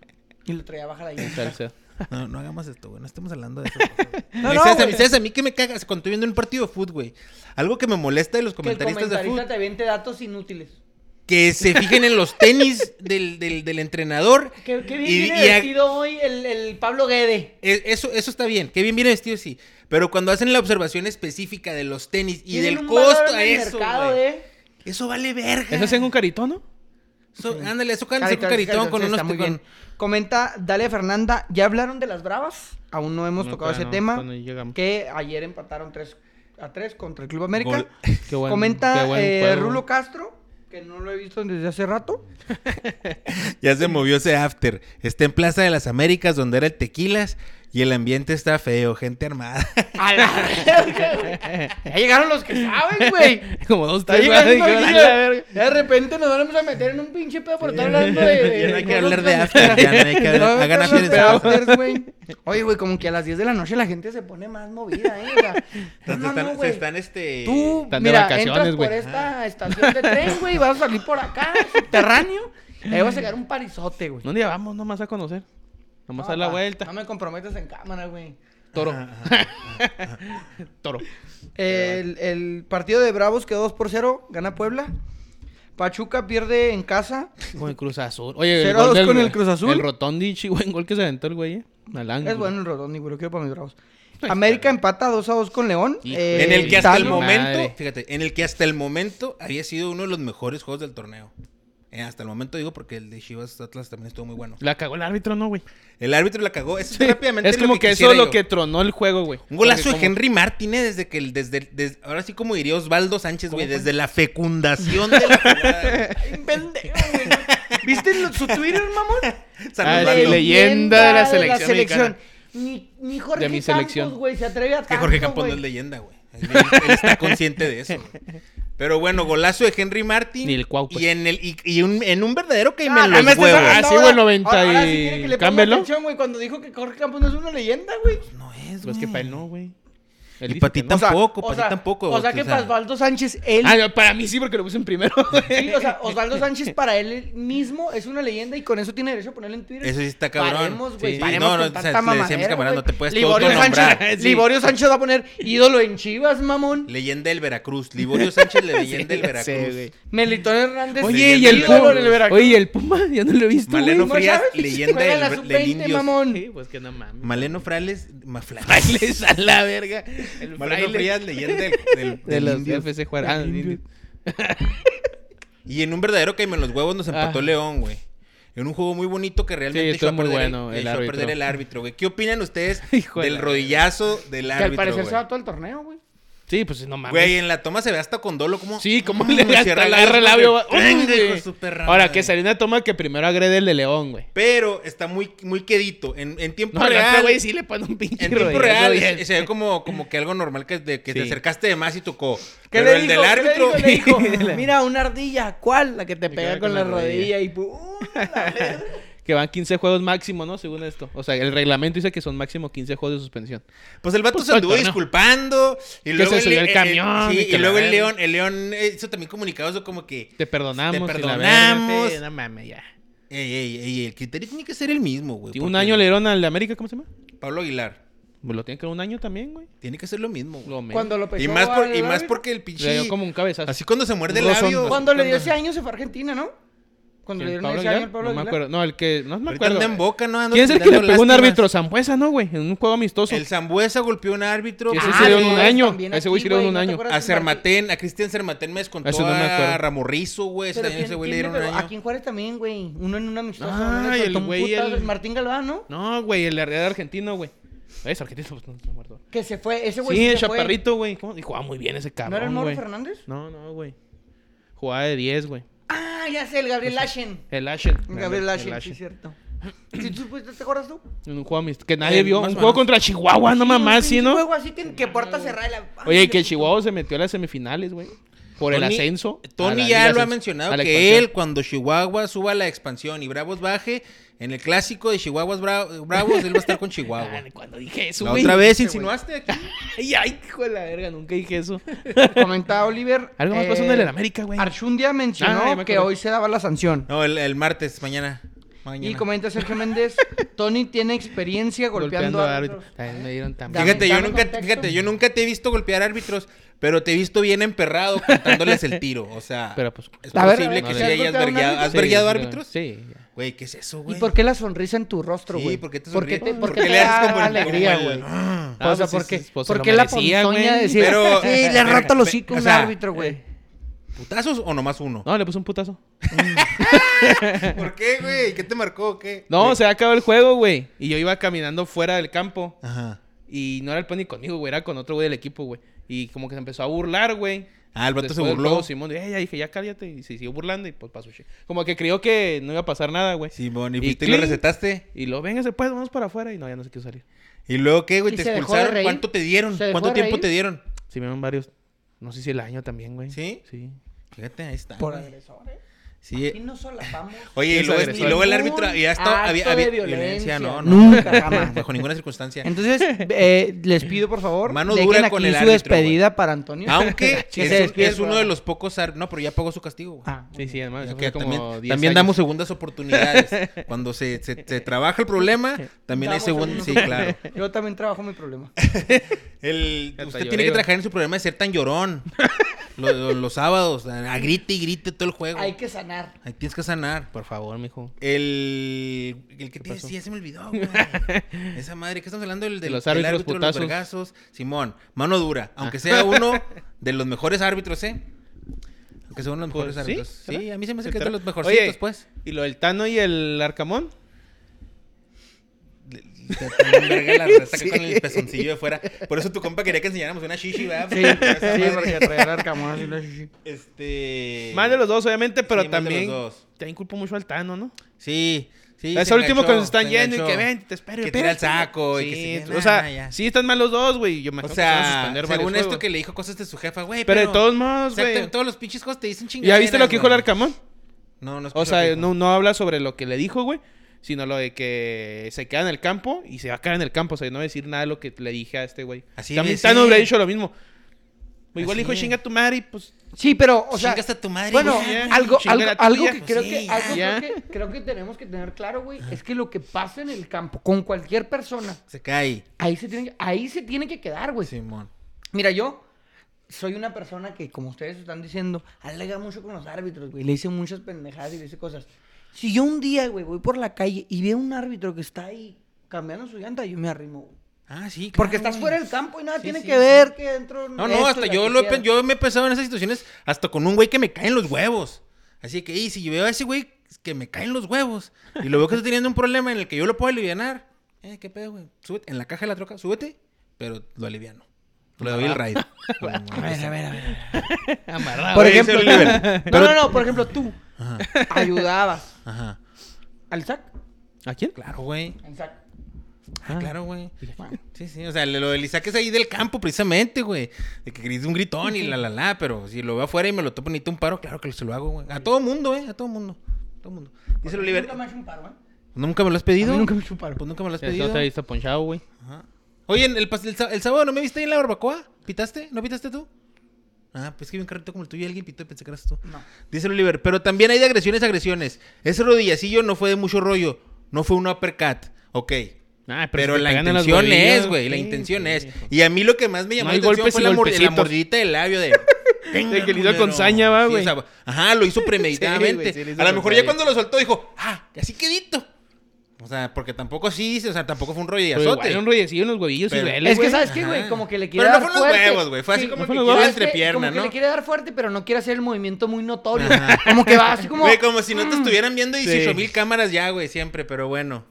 Y lo traía baja la llanta. Salcedo. No, no hagamos esto, güey. No estemos hablando de eso. güey. No, Me no, dices a mí- güey. ¿Sabes a mí que me cagas cuando estoy viendo un partido de fútbol, güey? Algo que me molesta de los Que el comentaristas de comentarista fútbol. te vende datos inútiles. Que se fijen en los tenis del, del, del entrenador. Qué, qué bien Y- viene y a- vestido hoy el, el Pablo Guede. e- Eso, eso está bien, que bien viene vestido, sí. Pero cuando hacen la observación específica de los tenis y Tienen del un valor costo en a el eso, mercado ¿eh? güey. de- Eso vale verga. ¿Eso es en un caritón, no? Eso- ándale, eso cándese con Caritón, caritón con sí, unos... está muy con- bien. Comenta Dalia Fernanda, ¿ya hablaron de las bravas? Aún no hemos No, tocado ese todavía no, tema. cuando llegamos. Que ayer empataron 3 a 3 contra el Club América. Gol. Qué buen- Comenta qué buen eh, juego. Rulo Castro, que no lo he visto desde hace rato. Ya se movió ese after. Está en Plaza de las Américas, donde era el tequilas, y el ambiente está feo, gente armada. A la verga, güey. Ya llegaron los que saben, güey. Como dos, Está tres, llegando güey, que van a la verga. aquí, De repente nos vamos a meter en un pinche pedo por estar hablando de. de- Ya no hay que de- hablar de after, ya no hay que hablar- No, hagan no, afters. de afters, güey. Oye, güey, como que a las 10 de la noche la gente se pone más movida, ¿eh? O sea, no, Entonces no, están, no, se güey. están, Ah. este... Tú, Están de mira, vacaciones, entras por güey. esta estación de tren, güey, vas a salir por acá, subterráneo, y ahí vas a llegar a un parizote, güey. ¿Dónde vamos nomás a conocer? Nomás a dar la pa, vuelta. No me comprometas en cámara, güey. Toro. ah, Toro. El, el partido de Bravos quedó 2 por 0, gana Puebla. Pachuca pierde en casa Con el Cruz Azul. Oye, Cero gol a dos del- con el Cruz Azul. El Rotondi, chi, buen gol que se aventó el güey, eh. Al ángulo. Es bueno el Rodón, güey, lo quiero para mis bravos. América empata 2 a 2 con León. Hijo. Eh, En el que hasta el Dale. Tano- momento, Madre. fíjate, en el que hasta el momento había sido uno de los mejores juegos del torneo. Eh, hasta el momento digo porque el de Chivas Atlas también estuvo muy bueno. La cagó el árbitro, no, güey. El árbitro la cagó. Eso es Sí. rápidamente Es lo como que, eso quisiera es lo yo. que tronó el juego, güey. Un golazo Porque de como- Henry Martínez desde que el, desde, desde- ahora sí como diría Osvaldo Sánchez, güey, desde la fecundación de la jugada. Ay, pendejo, güey. ¿Viste lo- su Twitter, mamón? Ah, San sí, Osvaldo. leí. leyenda de la selección Ni, ni Jorge De mi selección. Campos, güey, se atreve a tanto, Que Jorge Campos güey. no es leyenda, güey. Él, él está consciente de eso. güey. Pero bueno, golazo de Henry Martin. Ni el Cuau, pues. Y en el y, y un- en un verdadero que Ah, en no los me estés huevos. hablando Ah, sí, ahora. güey, 90 Ahora- ahora y- sí quiere que le ponga cámbialo. atención, güey, cuando dijo que Jorge Campos no es una leyenda, güey. No es, Pues que para él no, güey. Él Y dice para ti que no. O sea, tampoco, o para ti sea- tampoco. O sea, porque, que para Osvaldo Sánchez, él... Ah, no, para mí sí, porque lo puse en primero, güey. Sí, o sea, Osvaldo Sánchez para él mismo es una leyenda y con eso tiene derecho a ponerlo en Twitter. Eso sí está Ah, cabrón. Paremos, güey. Sí. paremos No, no, con o sea, tanta le decíamos, mamadera, camarada, güey. no te puedes Liborio autonombrar. Sánchez, Sí. Liborio Sánchez va a poner ídolo en Chivas, mamón. Leyenda del Veracruz. Liborio Sánchez, la leyenda del ya sé, Veracruz. güey. Melitón Hernández. Pues Oye, y el ídolo Puma. en el Veracruz. Oye, y el Puma, ya no lo he visto, güey. Maleno ¿No Frías, sabes? leyenda Juega en la del- sub-20, del Indios. mamón. Sí, pues que no mames. Maleno Frales, ma- Frales. Frailes a la verga. El Maleno fraile. Frías, leyenda del, del- De del los Indios. FC Juárez. Ah, Del indios. Y en un verdadero que en los huevos nos empató Ah. León, güey. En un juego muy bonito que realmente Sí, estuvo muy perder, bueno el echó a árbitro. perder el árbitro, güey. ¿Qué opinan ustedes Hijo de del la- rodillazo del Que árbitro? al parecer güey? se va todo el torneo, güey. Sí, pues no mames. Güey, en la toma se ve hasta con dolo como... Sí, como Mm, le cierra hasta el le agarra el labio. labio, va- güey. ¡Uy, Venga, hijo güey! de su perra Ahora, madre. que salió una toma que primero agrede el de León, güey. Pero está muy, muy quedito. En, en tiempo No, real... el otro güey sí le pone un pinche En tiempo rodillazo real bien. se, se ve como, como que algo normal que, de- que te Sí. acercaste de más y tocó. ¿Qué Pero le el dijo? ¿Qué le del árbitro. dijo? Le dijo, Mira, una ardilla. ¿Cuál? La que te Me pega queda con la rodilla y... pu- ¡Uh, la verga! Que van 15 juegos máximo, ¿no? Según esto. O sea, el reglamento dice que son máximo 15 juegos de suspensión. Pues el vato Pues se anduvo faltó, ¿no? disculpando. Y Que luego se el- subió al el- el- camión, sí, y que y luego la verga. el león. El león hizo también comunicados de como que. Te perdonamos. Te y la verga, perdonamos. sí, no mames, ya. Ey, ey, ey, el criterio tiene que ser el mismo, güey. Sí, un porque año le dieron al de América, ¿cómo se llama? Pablo Aguilar. Pues lo tienen que dar un año también, güey. Tiene que ser lo mismo, güey. Lo menos. Cuando lo Y pesó más, por- al y más árbitro. porque el Le dio pinche. como un cabezazo. Así cuando se muerde el Un rozón, labio. Cuando le dio ese cuando- año se fue a Argentina, ¿no? Cuando ¿El le dieron Pablo ese año Aguilar? al Pablo No me Aguilar. acuerdo. No, el que... No me Ahorita acuerdo. anda en boca, ¿no? Anda ¿Quién es el que le dando pegó un lástimas. árbitro? Zambuesa, ¿no, güey? En un juego amistoso. El Zambuesa golpeó a un árbitro. Que ese Ah, se dio sí. un año. también Ese güey aquí, se dio güey, un ¿no te año. acuerdas? A Sermatén, a Cristian Sermatén me descontó Eso no me acuerdo. a Ramorrizo, güey. Ese Pero año ese ¿quién- güey le quién dieron le un pegó? año. Aquí en Juárez también, güey. Uno en un amistoso. Ah, uno le y el soltó un güey, putazo, el- Martín Galván, ¿no? No, güey, el de argentino, güey. Es argentino, pues no, no muerto. Que se fue. Ese güey Sí, el se fue. chaparrito, güey. ¿Cómo? Y jugaba muy bien ese ¿No era el cabrón, Mauro güey. Fernández? No, no, güey. Jugaba de 10, güey. Ah, ya sé, el Gabriel Ashen. El Ashen. Gabriel El Ashen, sí, Ashen. es cierto. ¿Sí, tú, pues, ¿Te acuerdas tú? En un juego amist- que nadie Eh, vio. más Un o juego menos. contra Chihuahua, no mamás, sí, Un ¿no? juego así que, que puerta cerrada. y La... Oye, que Chihuahua se metió a las semifinales, güey. Por el Tony- ascenso. a la Tony Liga ya lo ha Ascenso, mencionado a la que expansión. él, cuando Chihuahua suba a la expansión y Bravos baje, en el clásico de Chihuahuas Bra- Bravos, él va a estar con Chihuahua. Ah, cuando dije eso, La güey. otra vez Ese, insinuaste aquí. güey. Ay, ay, hijo de la verga, nunca dije eso. Comentaba Oliver. Algo más eh, pasando en el América, güey. Archundia mencionó Ah, ya me que acordé. hoy se daba la sanción. No, el, el martes, mañana. Y Mañana. comenta Sergio Méndez, Tony tiene experiencia golpeando, a a árbitro. árbitros. También me dieron también. Fíjate, yo dame nunca, contexto. fíjate, yo nunca te he visto golpear árbitros, pero te he visto bien emperrado contándoles el tiro. O sea, Pero pues. es A ver, posible a ver, que ¿que sí has hayas golpeado a un vergueado. árbitro? ¿Has vergueado sí, árbitros? Sí. Güey, ¿qué es eso, güey? ¿Y por qué la sonrisa en tu rostro, Sí, güey? ¿por qué te ¿Por qué sonríes? te, por ¿Por qué qué te le haces da como el- alegría, como el- güey? Ah. o sea, pues, ¿por qué, sí, pues, se por lo qué la merecía, ponzoña de güey. decir, Pero- sí, le rato los hocico a O un sea, árbitro, güey? ¿Putazos o nomás uno? No, le puse un putazo. ¿Por qué, güey? ¿Qué te marcó? o ¿Qué? No, se había acabado el juego, güey. Y yo iba caminando fuera del campo. Ajá. Y no era el pony conmigo, güey. Era con otro güey del equipo, güey. Y como que se empezó a burlar, güey. Ah, el vato Después se del burló. juego, Simón, eh, ya dije, ya cállate. Y se siguió burlando y pues pasó. shit. Como que creyó que no iba a pasar nada, güey. Simón, y, Y fuiste y lo clean. recetaste. Y lo, venga, pues, vamos para afuera. Y no, ya no se quiso salir. ¿Y luego qué, güey? ¿Y ¿Te se dejó de expulsaron? reír? ¿Cuánto te dieron? ¿Se dejó ¿Cuánto de tiempo reían? te dieron? Sí, me dieron varios. No sé si el año también, güey. ¿Sí? Sí. Fíjate, ahí está. Por güey. agresores. Sí. Aquí no solapamos. Eh, Oye, y ¿Quién luego, es y luego el árbitro Ningún ya estaba. Había, acto de había violencia, violencia, no, no. nunca, jamás. Bajo ninguna circunstancia. Entonces, eh, les pido, por favor, Mano dejen dura aquí con el su árbitro, despedida para Antonio. Aunque Que es, se un- despide es el uno de programa. los pocos. ar- No, pero ya pagó su castigo. güey. Ah, Sí, sí, además. eso Que fue como también 10 también años. damos segundas oportunidades. Cuando se, se- se trabaja el problema, también hay Damos segundas. Sí, segundas claro. Yo también trabajo mi problema. El, Hasta usted lloré, tiene que güey. trabajar en su problema de ser tan llorón. los, los- los sábados, a a grite y grite todo el juego. Hay que sanar. Ahí tienes que sanar. Por favor, mijo. El, el que te pasó? sí, ya se me olvidó, güey. Esa madre, ¿qué estamos hablando? El, del, los del árbitros árbitro de los putazos. Ah. vergazos. Simón, mano dura. Aunque sea uno de los mejores árbitros, ¿eh? Aunque sea uno de los mejores Pues, ¿sí? árbitros. ¿sí? ¿Será? a mí se me hace que es Oye, de los mejorcitos, pues. ¿Y lo del Tano y el Arcamón? Le- te- te enverga la reta acá con el pezoncillo de fuera. Por eso tu compa quería que enseñáramos una shishi, ¿verdad? Sí, Esa sí, madre. porque traer arcamón así la chichi. Este... Más de los dos, obviamente, pero sí, más de también. los dos. También culpo mucho al Tano, ¿no? Sí, sí. es se el último enganchó, cuando se están se yendo y que enganchó. ven, te espero. Que tira el espérate. saco y que Sí, se- O nah, sea, nah, ya. sí están mal los dos, güey. Yo me O imagino que se van a sea, suspender según varios esto juegos. que le dijo cosas de su jefa, güey. Pero de todos modos, güey. Exacto, todos los pinches cosas te dicen chingaderas. ¿Ya viste lo que dijo el Arcamón? No, no escuché O lo que sea, dijo. no, no habla sobre lo que le dijo, güey. Sino lo de que se queda en el campo y se va a quedar en el campo. O sea, yo no voy a decir nada de lo que le dije a este güey. Así También es, Tano sí. hubiera dicho lo mismo. Pues Igual Así dijo es. chinga tu madre y pues. Sí, pero, o sea, Chingas a tu madre, bueno, güey. algo, Chinga algo, la algo tuya, que pues creo sí, que, ya. algo Ya. creo que creo que tenemos que tener claro, güey, es que lo que pasa en el campo con cualquier persona, Se cae. ahí se tiene, que- ahí se tiene que quedar, güey. Simón. Mira, yo soy una persona que, como ustedes están diciendo, alega mucho con los árbitros, güey. Le hice muchas pendejadas y le hice cosas. Si yo un día, güey, voy por la calle y veo un árbitro que está ahí cambiando su llanta, yo me arrimo, güey. Ah, sí. claro, Porque estás güey. fuera del campo y nada Sí, tiene sí, que sí. ver que dentro... No, no, hasta yo, lo he pe- yo me he pensado en esas situaciones hasta con un güey que me caen los huevos. Así que, y si yo veo a ese güey que me caen los huevos y lo veo que está teniendo un problema en el que yo lo puedo alivianar, eh, qué pedo, güey. Súbete, en la caja de la troca, súbete, pero lo aliviano. Le doy el raid. A ver, a ver, a ver. Amarrado. Por Ah, güey, ejemplo, ese Oliver. no, no, no, por ejemplo, tú Ajá, ayudabas ajá. al SAC. ¿A quién? Claro, güey. Al SAC. Ah, Ah. claro, güey. Sí, sí. O sea, lo del Isaac es ahí del campo, precisamente, güey. De que grite un gritón y la, la, la. Pero si lo veo afuera y me lo topo necesito un paro, claro que se lo hago, güey. A todo mundo, ¿eh? A todo mundo. A todo mundo. Dice el Oliver. Nunca me has hecho un paro, ¿eh? ¿Nunca me lo has pedido? A mí nunca me has hecho un paro. Pues nunca me lo has Sí, No pedido. te he visto ponchado, güey. Ajá. Oye, en el, pas- el, sá- el sábado no me viste ahí en la barbacoa. ¿Pitaste? ¿No pitaste tú? Ah, pues que vi un carrito como el tuyo y alguien pitó y pensé que eras tú. No. Dice el Oliver, pero también hay de agresiones a agresiones. Ese rodillacillo no fue de mucho rollo. No fue un uppercut. Ok. Ah, Pero si te la pegan en las intención rodillas, es, güey. La sí, intención sí, es. viejo. Y a mí lo que más me No llamó la hay atención golpes fue y la, mor- la golpecitos. mordidita del labio de. De que lo hizo "Venga, con culero". saña, va, güey. o sea, ajá, lo hizo premeditadamente. Sí, güey, sí, lo hizo a lo con mejor ya saña. cuando lo soltó dijo, ah, así quedito. O sea, porque tampoco sí, o sea, tampoco fue un rollo de Pero Pues, igual, azote. un rollecillo, unos huevillos y Pero- duele, Es que, güey. ¿sabes qué, güey? Ajá. Como que le Pero quiere no dar fue unos fuerte. huevos, güey. Fue así Sí. no como que fue unos quiero huevos. ¿Sabes qué? entrepierna, Como que ¿no? le quiere dar fuerte, pero no quiere hacer el movimiento muy notorio. Ajá. Como que va así como... Güey, como si no te estuvieran viendo 18 mil mm, Sí. cámaras ya, güey, siempre, pero bueno.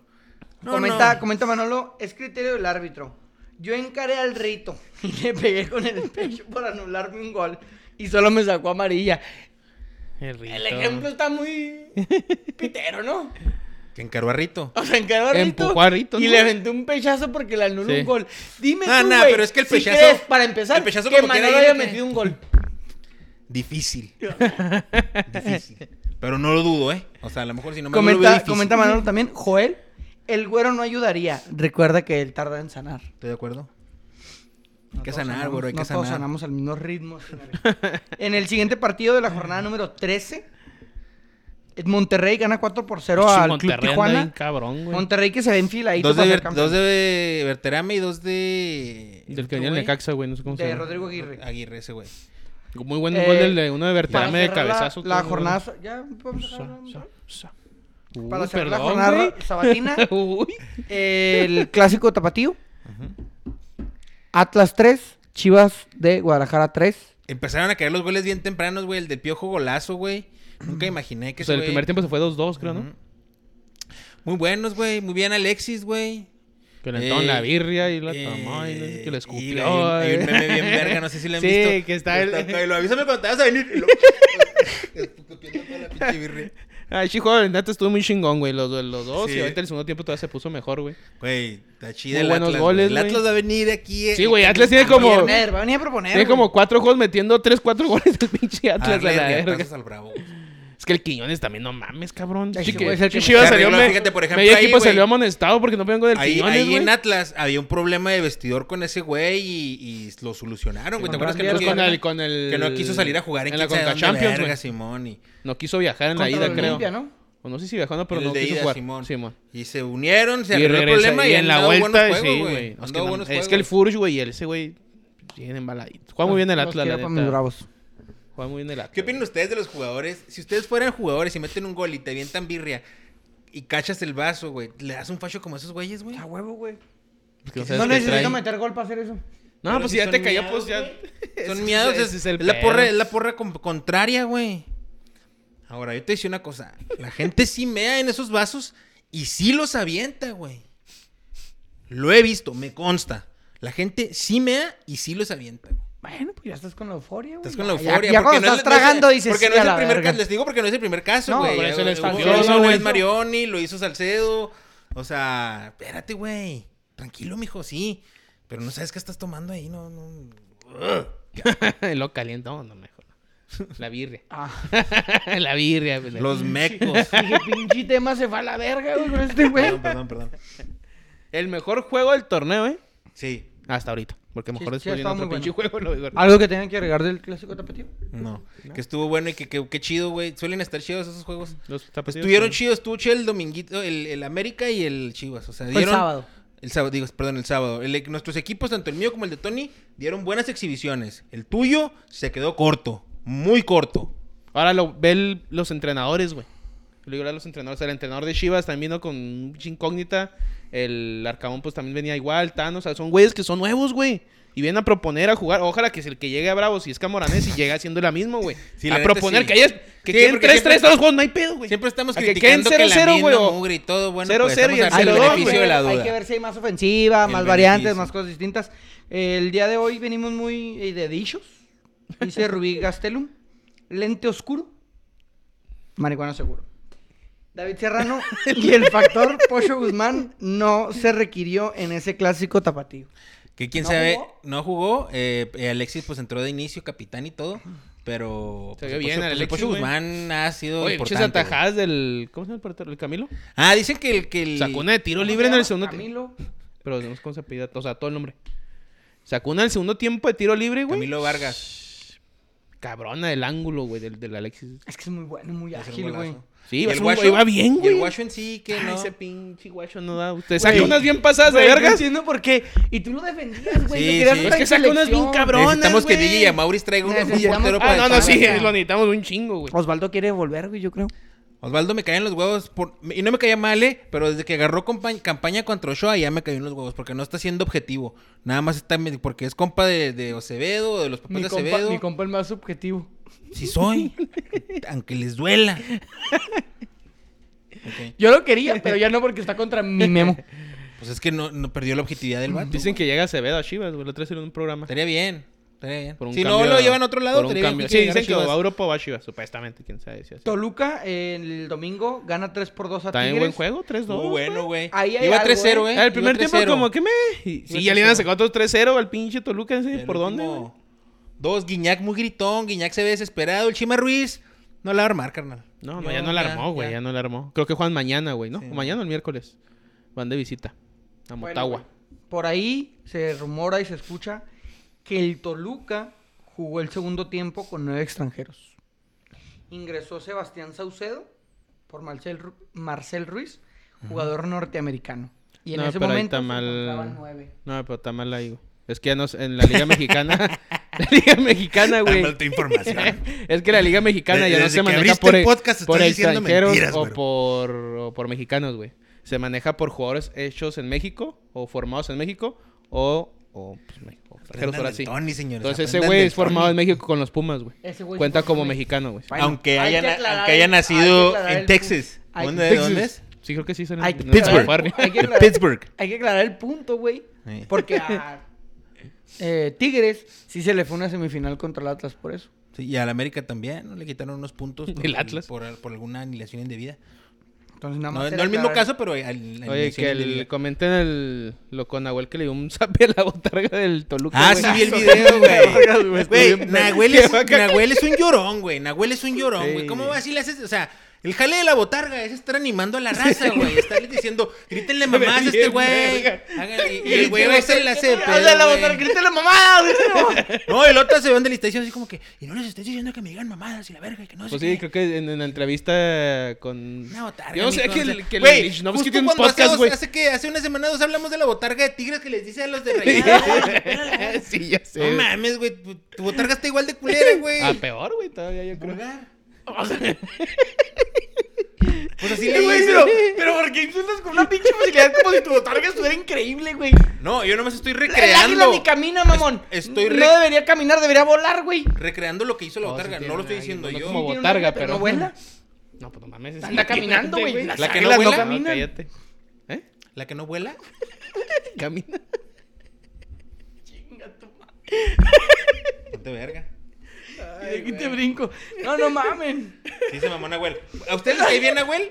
No, comenta, no. comenta Manolo, es criterio del árbitro. Yo encaré al rito y le pegué con el pecho por anularme un gol y solo me sacó amarilla. El rito. El ejemplo está muy pitero, ¿no? Que encaró a Rito. O sea, encaró a Rito, Empujó a Rito, y ¿no? le aventé un pechazo porque le anuló Sí. un gol. Dime Ah, tú, nah, güey, pero es que el si pechazo- crees, para empezar, el pechazo que como quiera Manolo era haya que- metido un gol. Difícil. Difícil. Pero no lo dudo, ¿eh? O sea, a lo mejor si no me lo veo Comenta, difícil. comenta Manolo también, Joel, el güero no ayudaría. Recuerda que él tarda en sanar. Estoy de acuerdo. No que todos sanar, sanamos- güero, hay no que todos sanar. sanamos al mismo ritmo. señores. en el siguiente partido de la jornada número 13, el Monterrey gana 4 por 0 Sí, al Monterrey Club anda Tijuana. bien cabrón, güey. Monterrey que se ve enfiladito Dos de, para ser Ver- campeón. dos de Verterame y dos de. Del que otro venía el güey. Necaxa, güey. No sé cómo se de llama. Rodrigo Aguirre. Aguirre, ese güey. Muy buen Eh, gol del de uno de Para Verterame de cerrar la- cabezazo. La, tú, jornada... Ya, Pues, vamos a güey. cerrar, Sa, ¿no? sa, sa. Para Uy, cerrar la perdón, jornada güey. sabatina, Uy. el clásico tapatío. Atlas 3, Chivas de Guadalajara 3. Empezaron a caer los goles bien tempranos, güey. El del piojo golazo, güey. Nunca imaginé que O sea, el ese güey- primer tiempo se fue 2-2, creo, ¿no? Ujú. Muy buenos, güey. Muy bien, Alexis, güey. Que le aventaron Eh, la birria y la tomó y no sé, que la Eh, y hay un- escupió. Hay un eh. meme bien verga, no sé si lo han Sí, visto. que está el- acá y lo avísame cuando te vas a venir. Y lo- escupiendo toda la pinche birria. Ay, sí, joder, neta estuvo muy chingón, güey. Los, los dos. Sí. Eh, Y ahorita el segundo tiempo todavía se puso mejor, güey. Güey, está chido Muy el buenos Atlas. goles, güey. el güey. Atlas va a venir aquí. eh, Sí, güey, Atlas tiene como. Va a venir a proponer. Tiene güey. como cuatro juegos metiendo tres, cuatro goles el pinche a Atlas a darle la verga. riatazos al bravo. Es que el Quiñones también, no mames, cabrón. Ese Sí, que, güey es el que sí, Chivas me- salió. Se arregló, me- fíjate, por ejemplo, medio ahí, equipo güey. salió amonestado porque no podían con el Ahí, Quiñones, ahí güey. en Atlas había un problema de vestidor con ese güey y, y lo solucionaron, güey. ¿Te con acuerdas que Randy Pues no, con Orton. que, el, con el- que no quiso salir a jugar en, en la quién sabe Conca dónde Champions, verga, güey. Simón? Y, No quiso viajar en la Contra ida, el creo. Olimpia, ¿no? O no sé si viajó o no, pero el no de quiso ida, jugar. Simón. Simón. Y se unieron, se Y arregló el regresa- problema y, y en la vuelta, sí, güey. Han Es, que dado no- buenos es juegos. que el Furch, güey, y el ese güey tiene embaladito. Juega muy bien el Los Atlas, la quiero para mis neta. bravos. Juega muy bien el Atlas. ¿Qué opinan ustedes de los jugadores? Si ustedes fueran jugadores y meten un gol y te avientan birria y cachas el vaso, güey, ¿le das un facho como a esos güeyes, Ah, güey? A huevo, güey. Porque sabes No qué necesito traen. meter gol para hacer eso. No, Pero pues si si ya son te cayó, miados, pues ya. Son miados, Ese es, el es la pedo. porra, es la porra con- contraria, güey. Ahora, yo te decía una cosa. La gente sí mea en esos vasos y sí los avienta, güey. Lo he visto, me consta. La gente sí mea y sí los avienta. güey. Bueno, pues ya estás con la euforia, güey. Estás con la Ya- euforia. Ya, porque cuando no estás es- no es- tragando dices, Porque no "Sí, es a el la primer verga". caso. Les digo porque no es el primer caso, No, güey. por eso les Hubo- cambió, Lo hizo güey. Luis Marioni, lo hizo Salcedo. O sea, espérate, güey. Tranquilo, mijo, sí. Pero no sabes qué estás tomando ahí, no, no. Ugh. Lo calientó, no mejor. La birria. Ah, la birria, güey. Los mecos. dije, pinche tema se fue a la verga, güey, con este güey. perdón, perdón, perdón. El mejor juego del torneo, ¿eh? Sí, Hasta ahorita. Porque mejor sí, después viene estaba otro muy pinche juego. Lo digo. ¿Algo que tengan que agregar del clásico tapatío? no. Que estuvo bueno y que, que, que chido, güey. Suelen estar chidos esos juegos. Los tapatíos, Estuvieron sí. chidos, estuvo chido el dominguito, el, el América y el Chivas. O sea, El dieron. sábado. El sábado, digo, perdón, el sábado. El- e, nuestros equipos, tanto el mío como el de Tony, dieron buenas exhibiciones. El tuyo se quedó corto, muy corto. Ahora lo ve el- los entrenadores, güey. Luego igual a los entrenadores. El entrenador de Chivas también vino con un pinche incógnita. El Arcabón, pues también venía igual. Tano, o sea, son güeyes que son nuevos, güey. Y vienen a proponer a jugar. Ojalá que si el que llegue a Bravo, si es Camoranés, y llega haciendo la misma, güey. Sí, la a neta, proponer sí. que hayas. Que Sí, queden 3-3 porque siempre- todos los juegos, no hay pedo, güey. Siempre estamos A que criticando que, queden 0-0, la güey, misma o- mugre y todo, bueno, 0-0 pues estamos y el Hay dando que 0-2, ver, beneficio güey, de la hay duda. que ver si hay más ofensiva, El más variantes, beneficio. más cosas distintas. El día de hoy venimos muy eh, de dichos. Dice Rubí Gastelum. Lente oscuro. Marihuana seguro. David Serrano y el factor Pocho Guzmán no se requirió en ese clásico tapatío. Que quién ¿No sabe, jugó? no jugó. eh, eh, Alexis pues entró de inicio, capitán y todo. Pero. Se pues, vio el bien Pocho- al pues, el Alexis, Pocho güey. Guzmán ha sido Oye, pinches importante. güey. atajadas del. ¿Cómo se llama el portero? ¿El Camilo? Ah, dicen que el. Que el... Sacó una de tiro libre en el segundo tiempo. Camilo. Pero no sé cómo se apellida, O sea, todo el nombre. Sacó una en el segundo tiempo de tiro libre, güey. Camilo Vargas. Cabrona del ángulo, güey, del, del Alexis. Es que es muy bueno, muy Es un ágil, güey. golazo. Sí, Y va el a ser un- guacho- güey, va bien, Y güey. el guacho en sí, que Ay, no. Ese pinche guacho no da. Usted Güey, saca unas bien pasadas de Güey, No vergas. entiendo por qué. Y tú lo defendías, güey. Sí, lo querías sí. otra Es que saca unas selección. bien cabronas, Necesitamos que güey. DJ y a Maurice traigan un- un Necesitamos- portero Ah, Ah, para no, no, echar. sí, Chivas, güey. lo necesitamos un chingo, güey. Osvaldo quiere volver, güey, yo creo. Osvaldo me caían los huevos por- y no me caía mal, eh, pero desde que agarró compa- campaña contra Ochoa ya me caían los huevos porque no está siendo objetivo. Nada más está porque es compa de, de Ocevedo, de los papás de Acevedo. compa el más subjetivo. Si soy, aunque les duela. Ok. Yo lo quería, pero ya no porque está contra mi memo. Pues es que no, no perdió la objetividad del vato. Dicen Dicen que que llega Acevedo a Chivas, güey. Lo traes en un programa. estaría bien. estaría bien. Por un si cambio- no lo llevan a otro lado, por un estaría cambio. bien. Sí, pinche dicen que llegar a va a Chivas. Europa o va a Chivas, supuestamente, quién sabe. Si así. Toluca eh, el domingo gana 3 por 2 a Está en Tigres. buen juego, 3-2. Muy bueno, güey. Ahí hay Iba algo, 3-0, eh. eh. Ah, El primer Iba tiempo 3-0. como que me... y- Sí, ya le iban a sacar otros 3-0 al pinche Toluca. ese, El ¿Por dónde, último, güey? Dos, Guiñac muy gritón, Guiñac se ve desesperado, el Chima Ruiz no la va a armar, carnal. No, Yo no, ya no la armó, güey. Ya. no la armó. Creo que juegan mañana, güey, ¿no? Sí. O Mañana o el miércoles. Van de visita. A Bueno, Motagua. güey, por ahí se rumora y se escucha que el Toluca jugó el segundo tiempo con nueve extranjeros. Ingresó Sebastián Saucedo por Marcel, Ru- Marcel Ruiz, jugador norteamericano. Y en No, ese pero ahí momento está se mal- encontraban nueve. No, pero está mal ahí, güey. Es que ya no, sé, en la Liga Mexicana. la Liga Mexicana, güey. Dándote información. Es que la Liga Mexicana De- ya no desde se que maneja abriste por, el e- podcast, por estás diciendo extranjeros mentiras, o güero. por, o por mexicanos, güey. Se maneja por jugadores hechos en México o formados en México o, o, pues, me- o extranjeros Aprendan ahora del sí. Tony, señores, Entonces ese aprendan güey del es formado Tony. en México con los Pumas, güey. Ese güey Cuenta fue como formado en mexicano, güey. Bueno, aunque hay que haya, aclarar aunque el- haya hay que nacido aclarar el en Texas. punto. Hay ¿Dónde, que- ¿Dónde es? Sí, creo que sí. Son Hay en, que en aclarar el California. punto, hay que De aclarar- Pittsburgh. Hay que aclarar el punto, güey. Sí. Porque a eh, Tigres sí se le fue una semifinal contra el Atlas por eso. Sí, y al América también, ¿no? Le quitaron unos puntos por, El Atlas. por, por alguna anilación indebida. Entonces nada No, más. no era el mismo aclarar- caso, pero al- al- Oye, que alineación el, indebida. comenten el, lo con Nahuel que le dio un zape a la botarga del Toluca, Ah, güey. sí vi el Vergas, video, güey, güey. Güey, estuvo bien- Nahuel Qué es, vaca- Nahuel es un llorón, güey. Nahuel es un llorón, Sí, güey. ¿Cómo güey. vas y le haces? O sea, el jale de la botarga es estar animando a la raza, güey. Estarle diciendo, grítenle mamás a este bien güey. verga. Hagan- Y, y el güey va a hacer la hace de pedo, Hazle la güey. botarga, grítale, mamá, grítale, mamá. No, el otro se va del estación así como que, y no les estoy diciendo que me digan mamadas y la verga, y que no sé Pues sí, qué". creo que en, en la entrevista con... Una botarga, Yo sé mijo, que o sea, el, pues que el güey, Lichnowsky justo tiene un cuando hace podcast, dos- güey. Hace que hace una semana o dos hablamos de la botarga de tigres que les dice a los de rayados. güey, "Pela la verga". sí, ya sé. No mames, güey, tu, tu botarga está igual de culera, güey. Ah, peor, güey, todavía yo creo. Vulgar. Pues así le Sí, güey, hice. pero, pero porque insultas con una pinche facilidad como si tu botarga estuviera increíble, güey. No, yo nomás estoy El águila recreando. ni camina, mamón. Es- estoy re- No debería caminar, debería volar, güey. Recreando lo que hizo la No, sí botarga. tiene No lo estoy una diciendo águila, yo. no Como Tiene un botarga, águila, pero- no vuela. No, pues no mames. es- Anda caminando, güey. La Las que águilas no no camina. caminan. Cállate. ¿Eh? La que no vuela. Camina. Ponte verga. ¿Y de aquí te brinco? No, no mamen. Dice mamón Nahuel. ¿A ustedes les cae bien Nahuel?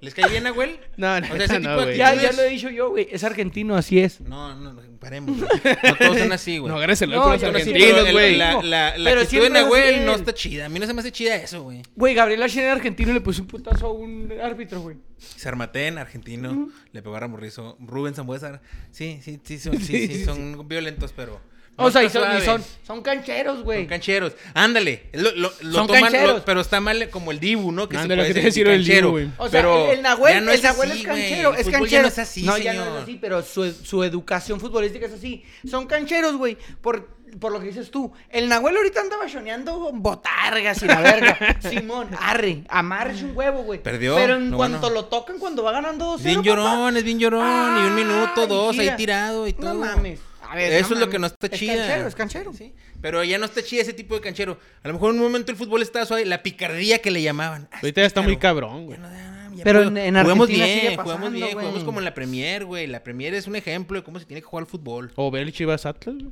¿Les cae bien Nahuel? No, no, O sea, ese tipo no, de güey. Ya, ya lo he dicho yo, güey. Es argentino, así es. No, no, no, paremos. güey. No todos son así, güey. No, agarres el No, con los ya Son así, argentinos, pero argentinos, güey. el- La, la, la Pero actitud de siempre es así. Nahuel no está chida. A mí no se me hace chida eso, güey. Güey, Gabriel Ashen era argentino y le puso un putazo a un árbitro, güey. Sarmatén, argentino, le pegó a Ramorrizo, Rubén Zambuesa, sí, sí, sí, son, sí, sí, son violentos, pero O sea, y Notas son, y son, suaves. son cancheros, güey. Son cancheros. Ándale. Lo, lo- lo Son toman, cancheros. lo- pero está mal como el Dibu, ¿no? Que Ándale, se lo que puede te decir decía el Dibu, canchero. güey. O sea, pero el, el Nahuel, ya no el Nahuel así, es güey. canchero, El es fútbol canchero. Ya no es así, No, señor. ya no es así, pero su, su educación futbolística es así. Son cancheros, güey, por, por lo que dices tú. El Nahuel ahorita anda bachoneando botargas y la verga. Simón, arre, amarre un huevo, güey. Perdió, Pero en lo cuanto bueno. lo tocan, cuando va ganando 2-0, Es bien llorón, es bien llorón. y un Ay, minuto, dos, gira. ahí tirado y todo. No mames. A ver, Eso es lo mames. que no está chida. Es canchero, es canchero. Sí, Pero ya no está chida ese tipo de canchero. A lo mejor en un momento el fútbol estaba suave, la picardía que le llamaban. Ah, Ahorita ya está muy claro. cabrón, güey. Ya no da, ya Pero puedo. en- en jugamos Argentina bien, sigue pasando, jugamos bien, güey. jugamos como en la Premier, güey. La Premier es un ejemplo de cómo se tiene que jugar al fútbol. O ver el Chivas Atlas, güey.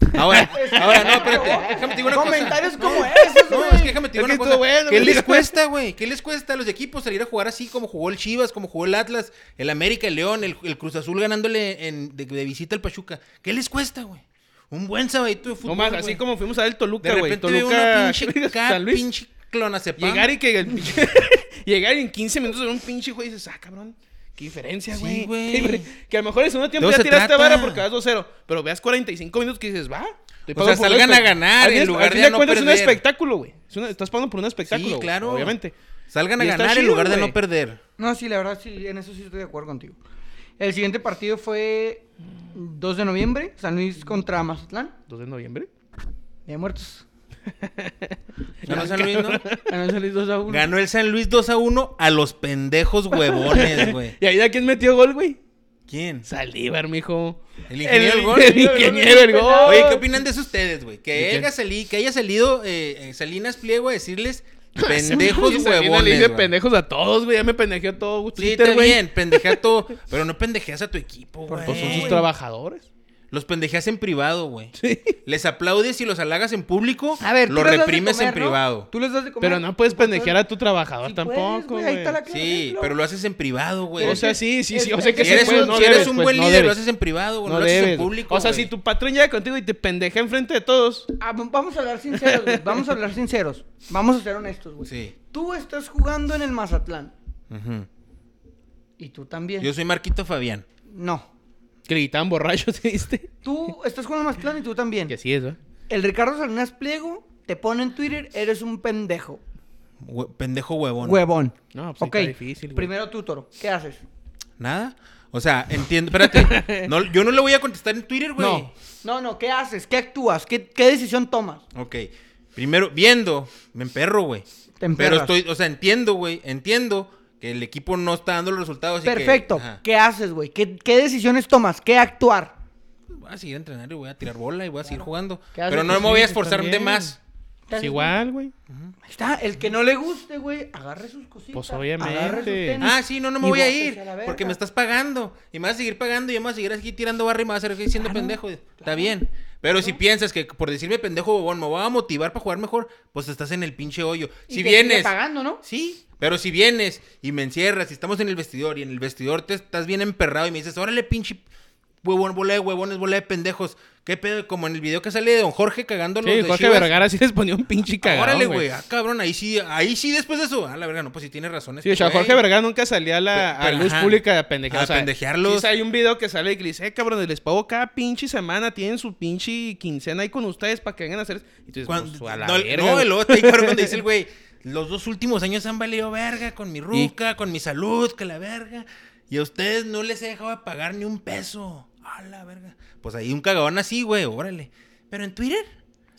Ahora, ahora no, espérate. Déjame te digo una cosa. Comentarios como esos, No, güey. es que déjame Es te digo que una estuvo cosa. bueno, ¿Qué güey. les cuesta, güey? ¿Qué les cuesta a los equipos salir a jugar así como jugó el Chivas, como jugó el Atlas, el América, el León, el, el Cruz Azul ganándole en- de, de visita al Pachuca? ¿Qué les cuesta, güey? Un buen sabadito de fútbol. No más, así güey. como fuimos a ver el de Toluca, güey. repente veo una Toluca, pinche, ca- San Luis. pinche clona Llegar y que el pinche- Llegar y en 15 minutos en un pinche juego y dices, ah, cabrón, qué diferencia, Sí, güey. güey. Qué diferen- Que a lo mejor en segundo tiempo Todo ya se tiraste trata. vara porque vas 2-0. Pero veas 45 minutos que dices, va. estoy O pagando sea, por un salgan a espect- ganar Al fin- en lugar al fin de de no cuentas es perder. un espectáculo, güey. Es una- Estás pagando por un espectáculo. güey, claro. Obviamente. Salgan a Y está ganar en chido, lugar de güey. no perder. No, sí, la verdad, sí, en eso sí estoy de acuerdo contigo. El siguiente partido fue 2 de noviembre, San Luis contra Mazatlán. 2 de noviembre. Ya muertos. Ganó San Luis, ¿no? Ganó San Luis 2 a 1. Ganó el San Luis 2 a 1 a los pendejos huevones, güey. ¿Y ahí a quién metió gol, güey? ¿Quién? Salívar, mijo. El ingeniero del gol. El ingeniero del gol. Oye, ¿qué opinan de eso ustedes, güey? Que, ¿De él qué? sali- que haya salido eh, eh, Salinas Pliego a decirles Y pendejos Salinas huevones. Le dice güey. pendejos a todos, güey. Ya me pendejeó todo güey, Sí, Twitter, está güey. bien, pendejea a todo, pero no pendejeas a tu equipo, güey. Pues son sus trabajadores. Los pendejeas en privado, güey. Les aplaudes y los halagas en público, A ver, tú los les das de reprimes comer, en ¿no? privado. Tú les das de comer. Pero no puedes pendejear a tu Sí puedes, trabajador tampoco, güey, güey. Ahí está la clave, Sí, ejemplo. pero lo haces en privado, güey. O sea, sí, sí, sí. O sea que que Este, si se eres puede, un, no si eres debes, un pues, buen no líder, lo debes. haces en privado, güey. No lo haces en debes. público. o sea, güey. si tu patrón llega contigo y te pendeja enfrente de todos. Ah, vamos a hablar sinceros, güey. Vamos a hablar sinceros. Vamos a ser honestos, güey. Sí. Tú estás jugando en el Mazatlán. Ujú. Y tú también. Yo soy Marquito Fabián. No. Que gritaban borrachos, ¿te diste? Tú estás jugando en el Mazatlán y tú también. Que así es, ¿verdad? El Ricardo Salinas Pliego te pone en Twitter, eres un pendejo. Hue- pendejo huevón. Huevón. No, pues, sí Ok, está difícil, güey. Primero tú, Toro. ¿Qué haces? Nada. O sea, entiendo. Espérate. No, yo no le voy a contestar en Twitter, güey. No. No, no, ¿qué haces? ¿Qué actúas? ¿Qué, qué decisión tomas? Ok. Primero, viendo, me emperro, güey. Te Pero emperras. estoy, o sea, entiendo, güey. Entiendo que el equipo no está dando los resultados. así que- Perfecto. ajá. ¿Qué haces, güey? ¿Qué, qué decisiones tomas? ¿Qué actuar? Voy a seguir entrenando y voy a tirar bola y voy a seguir jugando. ¿Qué haces? Pero no Pues me voy sí, a pues esforzar de también. más. Pues igual, güey. Ahí está. El que no le guste, güey, agarre sus cositas. Pues, obviamente. agarre sus tenis. Ah, sí, no, no me Y voy a bótese ir. a la verga. porque me estás pagando. Y me vas a seguir pagando y yo me voy a seguir aquí tirando barra y me vas a seguir siendo pendejo. Está bien. Pero si piensas que por decirme pendejo bobón me voy a motivar para jugar mejor, pues estás en el pinche hoyo. Y Si te sigue vienes. pagando, ¿no? Sí, pero si vienes y me encierras y estamos en el vestidor y en el vestidor te estás bien emperrado y me dices, órale, pinche huevón, bola de huevones, bola de pendejos. ¿Qué pedo? Como en el video que sale de Don Jorge cagando los Sí, de Jorge Chivas. Vergara sí les ponía un pinche cagón, Órale, güey. Ah, cabrón, ahí sí, ahí sí después de eso. Ah, la verga, no, pues sí tienes razón. Sí, o sea, este Jorge güey. Vergara nunca salía a la Pe- a pero, luz ajá. pública a pendejear. A o sea, pendejearlos. sí, o sea, hay un video que sale y que le dice, eh, cabrón, les pago cada pinche semana, tienen su pinche quincena ahí con ustedes para que vengan a hacer. Y tú dices, Cuando- pues, a la no, verga, no, güey. y luego está ahí cabrón cuando dice el güey, los dos últimos años han valido verga con mi ruca, con mi salud, que la verga. Y a ustedes no les he dejado de pagar ni un peso. A la verga. Pues ahí un cagadón así, güey, órale. Pero en Twitter,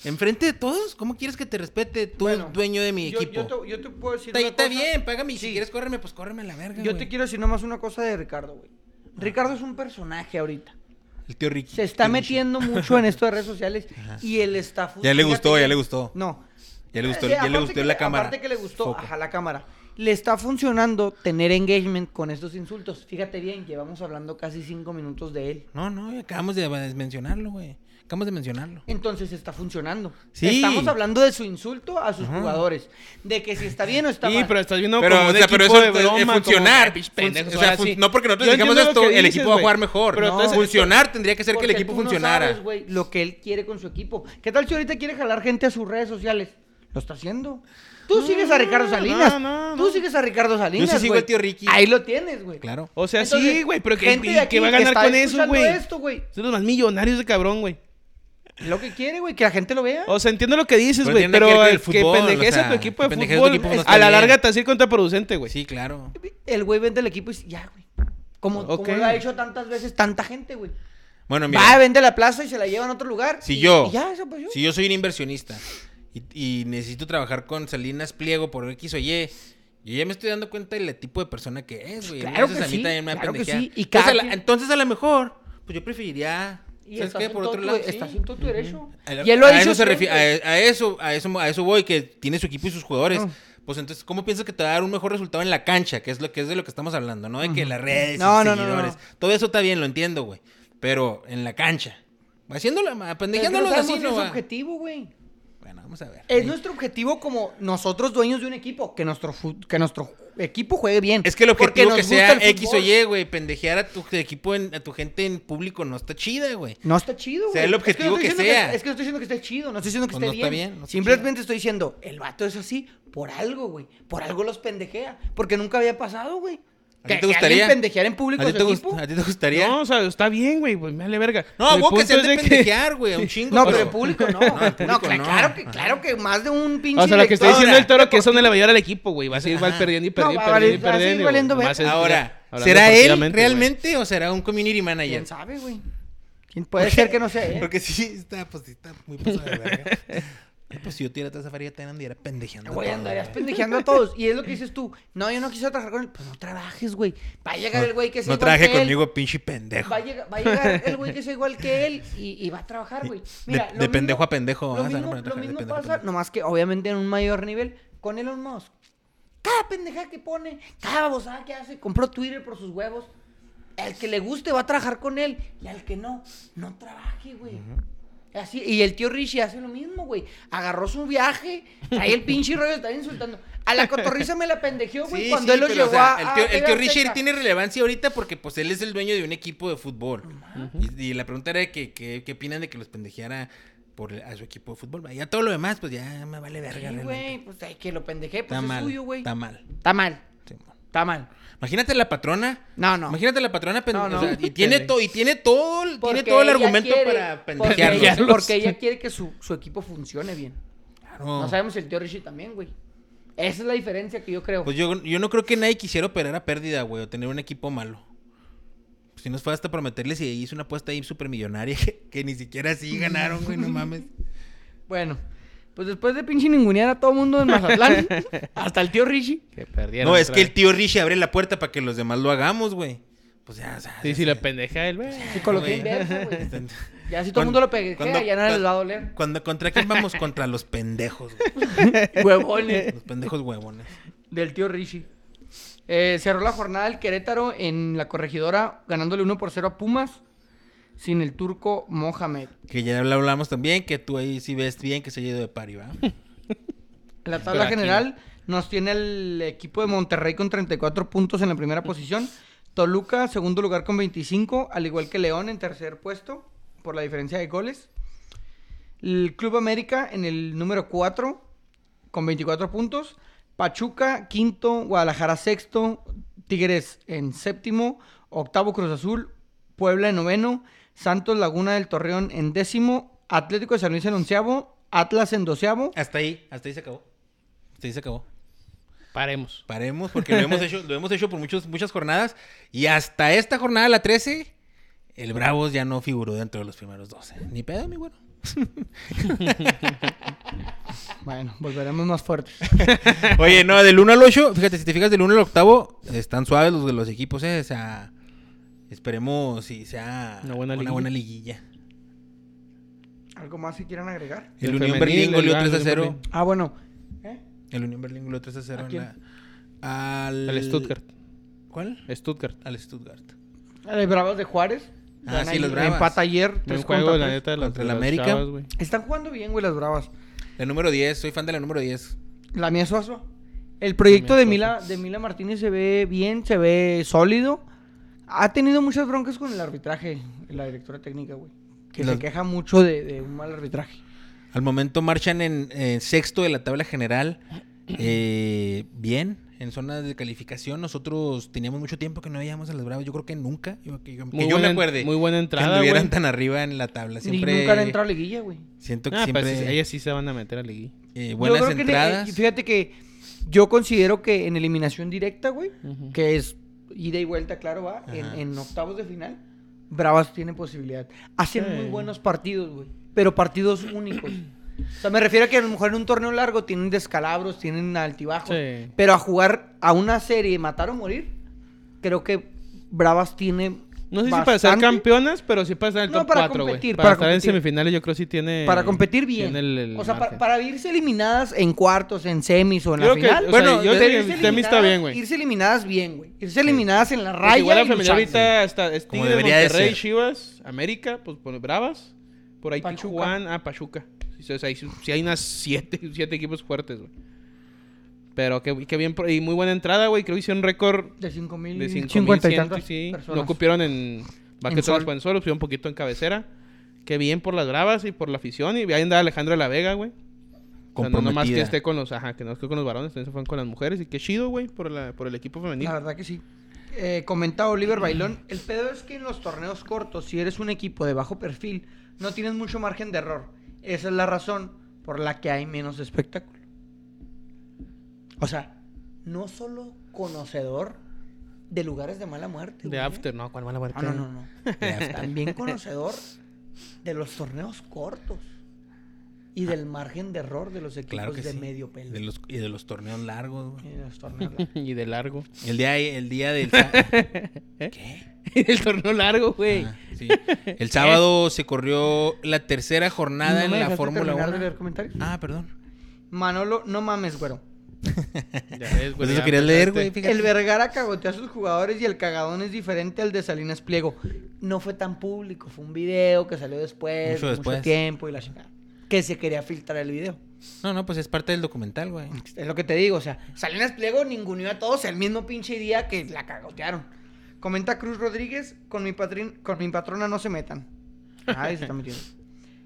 enfrente de todos, ¿cómo quieres que te respete tú, Bueno, dueño de mi Yo- equipo? Yo, te, yo te puedo decir está, una está cosa. bien, págame y si Sí. quieres córreme, pues córreme a la verga, Yo güey. te quiero decir nomás una cosa de Ricardo, güey. Ah. Ricardo es un personaje ahorita. El tío Ricky. Se está Tío metiendo mucho en esto de redes sociales y él está... fu- Ya le fíjate gustó, ya que- le gustó. No. Ya le gustó, Sí, ya le aparte gustó que la cámara. Aparte que le gustó, Foco. ajá, la cámara. Le está funcionando tener engagement con estos insultos. Fíjate bien, llevamos hablando casi cinco minutos de él. No, no, acabamos de mencionarlo, güey. Acabamos de mencionarlo. Entonces está funcionando. Sí. Estamos hablando de su insulto a sus jugadores. De que si está bien o está Sí, mal. pero estás viendo Pero, como o un sea, pero equipo eso de es- es broma, como, funcionar. "Ay, pinches pendejos, Fun- o sea, ahora fun- sí". no porque nosotros Yo digamos entiendo lo esto, que el dices, equipo va a güey. jugar mejor. Pero No, entonces- funcionar tendría que ser que el Porque equipo tú no funcionara. sabes, güey, lo que él quiere con su equipo. ¿Qué tal si ahorita quiere jalar gente a sus redes sociales? Lo está haciendo. Tú sigues a Ricardo Salinas. no, no, Tú no. sigues a Ricardo Salinas. Yo sí sigo güey. al tío Ricky. Ahí lo tienes, güey. claro. O sea, sí, Entonces, güey, pero que, gente de ¿qué aquí va a que ganar está con eso, escuchando güey? esto, güey. Son los más millonarios de cabrón, güey. Lo que quiere, güey, que la gente lo vea. O sea, entiendo lo que dices, Pero güey, tiene pero, que ver con el el que fútbol, pendejes o sea, a tu equipo que de pendejes a tu fútbol, equipo no está a la bien. larga te hace contraproducente, güey. Pues Sí, claro. El güey vende el equipo y dice, ya, güey. Como, como Ok. lo ha hecho tantas veces tanta gente, güey. Bueno, mira. Va, vende la plaza y se la lleva a otro lugar. Si y- yo- y ya, eso pues yo. Si yo soy un inversionista y, y necesito trabajar con Salinas Pliego por X o Y, yo ya me estoy dando cuenta del tipo de persona que es, güey. Claro Entonces que a mí sí, también me claro que apendejea. sí, y entonces, cada a la- quien- entonces, a lo mejor, pues yo preferiría. Y ¿Sabes estás qué? en Por todo otro tu- lado. Estás sí. en todo tu derecho. A, Y él lo ha a dicho eso se refi- siempre. a, a eso, a eso, a eso voy, que tiene su equipo y sus jugadores. Ah. Pues entonces, ¿cómo piensas que te va a dar un mejor resultado en la cancha? Que es lo que es de lo que estamos hablando, ¿no? De que las redes, y No, no, no, seguidores. no. Todo eso está bien, lo entiendo, güey. Pero en la cancha. Haciéndolo, Es que no apendejándolo sabemos así, si no es va. objetivo, güey. Bueno, vamos a ver. Es nuestro objetivo como nosotros dueños de un equipo, que nuestro fut- que nuestro equipo juegue bien. Es que el Porque objetivo nos que gusta sea el X o fútbol. Y, güey, pendejear a tu equipo, en- a tu gente en público no está chida, güey. No está chido, güey. Sea el Es que no objetivo que estoy diciendo sea. es que no estoy diciendo que esté chido, no estoy diciendo que Pues esté no está bien. bien, no está Simplemente estoy diciendo, el vato es así por algo, güey. Por algo los pendejea. Porque nunca había pasado, güey. ¿A Que- ti te que alguien gustaría? pendejear en público ¿A ti su te, gust- equipo? a ti te gustaría? No, No, o sea, está bien, güey, pues me vale verga. a el vos que punto se han es de pendejear, güey, a un chingo. No, pero en público no. en no, público cla- no. claro que, Ajá. claro que más de un pinche. O sea, lo que está director- diciendo el toro que eso no le va a llevar al equipo, güey. Va a seguir Ajá. mal perdiendo y No, perdiendo va y a perdiendo y valer- va a seguir perdiendo. valiendo güey. verga. Vas a- Ahora, hablando ¿será él deportivamente, güey. realmente o será un community manager? ¿Quién sabe, güey? ¿Quién puede ser que no sea él? Porque sí, está, pues, sí está muy pasado de verga. Ay, pues si yo tuviera toda esa faría, te andaría pendejeando. Güey, todo, andarías güey. pendejeando a todos. Y es lo que dices tú. No, yo no quise trabajar con él. Pues no trabajes, güey. Va a llegar el güey que sea igual No traje que él. conmigo, pinche pendejo. Va a, llegar, va a llegar el güey que sea igual que él y, y va a trabajar, güey. De- Mira, de lo mismo- pendejo a pendejo, Lo vas a mismo, trabajar lo de mismo pendejo a pasa, pendejo. nomás que obviamente en un mayor nivel, con Elon Musk. Cada pendeja que pone, cada babosada que hace, compró Twitter por sus huevos. Al que le guste va a trabajar con él y al que no, no trabaje, güey. Así, y el tío Richie hace lo mismo, güey. Agarró su viaje, ahí el pinche rollo está insultando. A la cotorriza me la pendejeó, güey, cuando él lo pero, llevó o sea, a. El a tío, el TV tío Azteca. Richard tiene relevancia ahorita porque pues él es el dueño de un equipo de fútbol. y, y la pregunta era que, que- qué opinan de que los pendejeara por, a su equipo de fútbol. Ya todo lo demás, pues ya me vale verga. Sí, realmente. güey, pues ay, que lo pendeje, pues Está es mal. suyo, güey. está mal. Está mal, Sí, mo. está mal. Imagínate la patrona. No, no. Imagínate la patrona pende- No, no. o sea, y tiene todo y tiene todo el- tiene Porque todo el ella argumento quiere- para porque pendejearlos. ella, pendejearlos. porque ella quiere que su, su equipo funcione bien. Claro. No sabemos si el tío Richie también, güey. Esa es la diferencia que yo creo. Pues yo, yo no creo que nadie quisiera operar a pérdida, güey, o tener un equipo malo. Si nos fue hasta prometerles y hizo una apuesta ahí supermillonaria que, que ni siquiera así ganaron, güey, no mames. bueno, pues después de pinche ningunear a todo mundo en Mazatlán, hasta el tío Richie. Que perdieron No, es otra que el vez. tío Richie abre la puerta para que los demás lo hagamos, güey. Pues ya, o sea, Sí, ya sí, sé. la pendeja él, güey. Psicología Güey. inversa, güey. Ya si todo el Cuando- mundo lo pegue, cuando- ya no les va a doler. Cuando, ¿Contra quién vamos? Contra los pendejos, güey. Huevones Los pendejos huevones. del tío Richie. Eh, cerró la jornada el Querétaro en la corregidora, ganándole 1 por 0 a Pumas, sin el turco Mohamed. Que ya lo hablamos también, que tú ahí sí ves bien que se ha ido de pari, ¿va? La tabla aquí general nos tiene el equipo de Monterrey con 34 puntos en la primera posición. Toluca, segundo lugar con 25, al igual que León en tercer puesto por la diferencia de goles. El Club América en el número 4 con 24 puntos. Pachuca, quinto. Guadalajara, sexto. Tigres en séptimo. Octavo Cruz Azul. Puebla en noveno. Santos Laguna del Torreón en décimo. Atlético de San Luis en onceavo. Atlas en doceavo. Hasta ahí, hasta ahí se acabó. Hasta ahí se acabó. Paremos. Paremos porque lo hemos hecho, lo hemos hecho por muchos, muchas jornadas. Y hasta esta jornada, la 13, el Bravos ya no figuró dentro de los primeros 12. Ni pedo, mi bueno. Bueno, volveremos más fuertes. Oye, no, del 1 al 8, fíjate, si te fijas del 1 al octavo, están suaves los de los equipos, eh. O sea, esperemos si sea Una buena liguilla. liguilla. ¿Algo más que quieran agregar? El, El Unión femenil, Berlín el goleó Bravos, 3 a el 0. Berlín. Ah, bueno. ¿Eh? El Unión Berlín goleó 3 a 0 ¿A en quién? la- al... El Stuttgart. ¿Cuál? Stuttgart. Al Stuttgart. Los Bravos de Juárez. Ah, Gana sí, las y- Bravas. Empata ayer. Buen Tres juego, contra la tres. neta, de las- de Contra el las América. chavas, güey. Están jugando bien, güey, las Bravas. La número 10, soy fan de la número 10. La mía Suazo. El proyecto de Mía Mila, Suazo. de Mila Martínez se ve bien, se ve sólido. Ha tenido muchas broncas con el arbitraje, la directora técnica, güey. Que Las- se queja mucho de, de un mal arbitraje. Al momento marchan en, en sexto de la tabla general. eh, bien. en zonas de calificación. Nosotros teníamos mucho tiempo que no veíamos a las Bravas. Yo creo que nunca, yo, que yo, que Muy yo me buena- acuerde, Muy buena que entrada, anduvieran güey. tan arriba en la tabla. Y Siempre nunca han entrado a liguilla, güey. siento que Ah, siempre pues ellas sí se van a meter a liguilla. eh, Yo buenas creo que, en- entradas. eh, fíjate que yo considero que en eliminación directa, güey, que es ida y vuelta, claro, va, en, Ajá. en octavos de final, Bravas tiene posibilidad. Hacen Sí. muy buenos partidos, güey, pero partidos únicos. O sea, me refiero a que a lo mejor en un torneo largo tienen descalabros, tienen altibajos, Sí. pero a jugar a una serie matar o morir, creo que Bravas tiene No sé si para ser bastante campeonas, pero sí para estar en el No, top para 4, güey. competir, Para, para estar competir. en semifinales yo creo sí tiene... para competir bien. tiene el- el o sea, para, margen. para irse eliminadas en cuartos, en semis o en la Creo que- final. o sea, Bueno, yo creo de- Pero que irse el tema está eliminadas- bien, güey. Irse eliminadas bien, güey. Irse eliminadas en la Porque raya. igual la y femenina luchar. ahorita está es Como Tigres, debería de Monterrey, ser. Chivas, América, pues por Bravas, por ahí Pachuca. Tijuana, ah, Pachuca. Sí, o sea, ahí sí- sí hay unas siete, siete equipos fuertes, güey. Pero qué, qué bien, por- y muy buena entrada, güey. Creo que hicieron récord De 5 mil. de 50 y 5.100, tantas sí. personas. Lo cupieron en sol. Baquetones fue en solo, pusieron un poquito en cabecera. Qué bien por las Bravas y por la afición. Y ahí anda Alejandra de la Vega, güey. O sea, no nomás que este Comprometida. esté con los, ajá, que no esté con los varones, también se fueron con las mujeres. Y qué chido, güey, por, la- por el equipo femenino. La verdad que sí. Eh, comenta Oliver Bailón, el pedo es que en los torneos cortos, si eres un equipo de bajo perfil, no tienes mucho margen de error. Esa es la razón por la que hay menos espectáculo. O sea, no solo conocedor de lugares de mala muerte. De güey, ¿eh? After, no, cuál mala muerte. Ah, no, no, no. De after. También conocedor de los torneos cortos y del margen de error de los equipos Claro que Pues de sí. medio pelo. Eh. De los, y de los torneos largos. güey. Y de los torneos y de largo. El día, el día del... sa- ¿Qué? el torneo largo, güey. Ah, sí. El sábado se corrió la tercera jornada ¿No me en la dejaste Fórmula terminar de 1. leer comentarios? Ah, perdón. Manolo, no mames, güero. Ya ves, Pues ya eso querías leer, güey. empezaste. fíjate. El Vergara cagoteó a sus jugadores y el cagadón es diferente al de Salinas Pliego. No fue tan público, fue un video que salió después, Mucho mucho, después. tiempo y la chingada. Que se quería filtrar el video. No, no, pues es parte del documental, güey. Es lo que te digo, o sea, Salinas Pliego ninguneó a todos el mismo pinche día que la cagotearon. Comenta Cruz Rodríguez, con mi, patrin- con mi patrona no se metan. Ay, se está metiendo.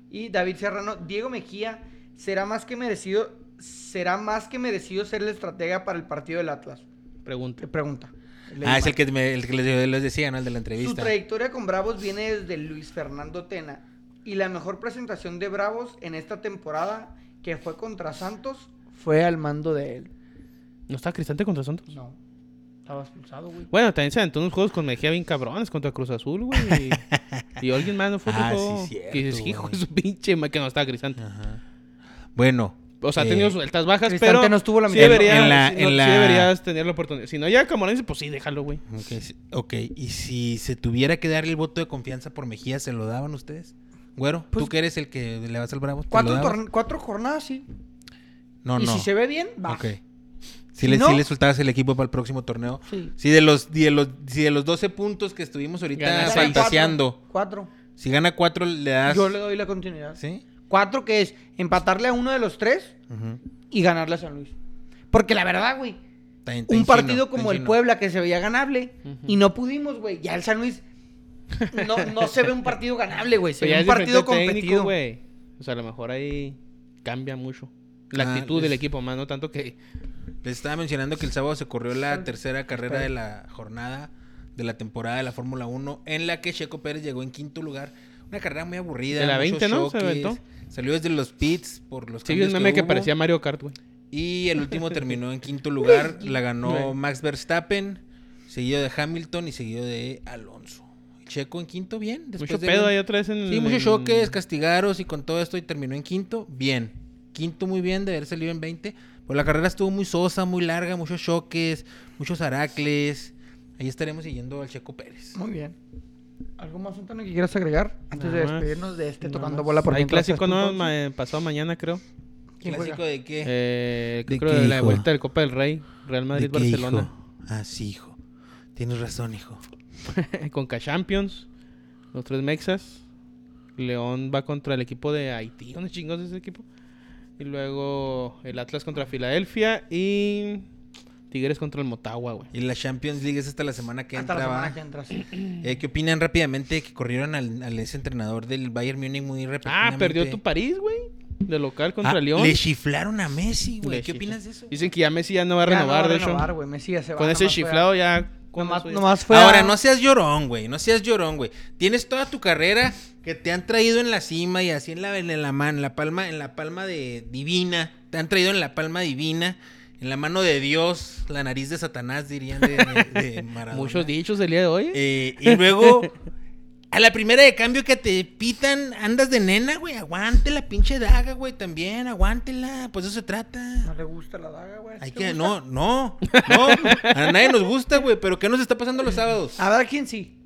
Y David Serrano, Diego Mejía, será más que merecido, será más que merecido ser el estratega para el partido del Atlas. Pregunta. Qué Eh, pregunta. Ah, es el que, me- el que les, les decía, ¿no? El de la Su entrevista. trayectoria con Bravos viene desde Luis Fernando Tena. Y la mejor presentación de Bravos en esta temporada, que fue contra Santos, fue al mando de él. ¿No está Cristante contra Santos? No. Estaba expulsado, güey. Bueno, también se aventó unos juegos con Mejía bien cabrones contra Cruz Azul, güey. Y, y alguien más no fue Ah, otro sí, juego? cierto, Que dices, hijo güey. de su pinche, ma- que no estaba Cristante. Ajá. Bueno. O sea, ha eh, tenido sueltas bajas, Cristante pero no estuvo la sí mitad. debería, En la- sí, en no- sí la- deberías tener la oportunidad. Si no llega Camarón, dice, pues sí, déjalo, güey. Ok, sí- ok, y si se tuviera que darle el voto de confianza por Mejía, ¿se lo daban ustedes? Güero, Pues- tú que eres el que le vas al Bravo. ¿te Cuatro, lo dabas? torne- cuatro jornadas, sí. No, y no. si se ve bien, va. Ok. Si, le, no- si le soltabas el equipo para el próximo torneo. Sí. Si de los, de los, si de los 12 puntos que estuvimos ahorita Gana seis. fantaseando, Cuatro. si gana 4 le das... Yo le doy la continuidad. ¿Sí? Cuatro, que es empatarle a uno de los tres Ujú. y ganarle a San Luis. Porque la verdad, güey, Está en- está en un partido chino, como está en el chino. Puebla que se veía ganable y no pudimos, güey. Ya el San Luis no, no se ve un partido ganable, güey. Se Pero ya ve un es partido diferente técnico, competido. güey. O sea, a lo mejor ahí cambia mucho. La Ah, actitud del es- equipo, más no tanto que... Les estaba mencionando que el sábado se corrió la tercera carrera de la jornada de la temporada de la Fórmula 1, en la que Checo Pérez llegó en quinto lugar. Una carrera muy aburrida. De la muchos 20, ¿no? Se choques. aventó. Salió desde los pits por los Sí, vi un cambios meme que hubo. parecía Mario Kart, güey. Y el último terminó en quinto lugar. La ganó Güey. Max Verstappen, seguido de Hamilton y seguido de Alonso. Checo en quinto, bien. después Mucho de pedo un- ahí otra vez en... Sí, muchos en- choques, castigaros y con todo esto y terminó en quinto, bien. Quinto muy bien, de haber salido en 20. Pero la carrera estuvo muy sosa, muy larga, muchos choques, muchos aracles. Ahí estaremos siguiendo al Checo Pérez. Muy bien. ¿Algo más, Antonio, que quieras agregar antes Nada de más. despedirnos de este Nada tocando más. bola por Hay mientras, clásico, ¿sabes ¿no? tú, Ponce? Ma- eh, Pasado mañana, creo. ¿Quién ¿Clásico juega? de qué? Eh, ¿De creo qué, de la hijo? vuelta del Copa del Rey. Real ¿De qué, Madrid-Barcelona. hijo? Ah, sí, hijo. Tienes razón, hijo. Conca Champions. Los tres Mexas. León va contra el equipo de Haití. ¿Dónde chingos es ese equipo? Y luego el Atlas contra Filadelfia. Y Tigres contra el Motagua, güey. Y la Champions League es hasta la semana que Hasta la entra. semana ¿va? que entras. Eh, ¿Qué opinan rápidamente que corrieron al, al ese entrenador del Bayern Múnich muy Ah, repentinamente? perdió tu París, güey. de local contra Ah, León. Le chiflaron a Messi, Le güey. ¿Qué chifla. opinas de eso? Dicen que ya Messi ya no va a Ya no renovar, va a de renovar, hecho. güey. Messi ya se va, Con ese nomás fue a- chiflado ya... con Nomás, eso ya- nomás fue a- Ahora, no seas llorón, güey. No seas llorón, güey. Tienes toda tu carrera que te han traído en la cima y así en la, en la mano, en la palma, en la palma de divina. Te han traído en la palma divina, en la mano de Dios, la nariz de Satanás, dirían de, de- de Maradona. Muchos dichos el día de hoy. Eh, y luego, a la primera de cambio que te pitan, andas de nena, güey. Aguante la pinche daga, güey, también. Aguántela. Pues de eso se No trata. le gusta la daga, güey. Hay ¿Sí que, te no, gusta? no, no. A nadie nos gusta, güey. Pero ¿qué nos está pasando los sábados? A ver quién sí.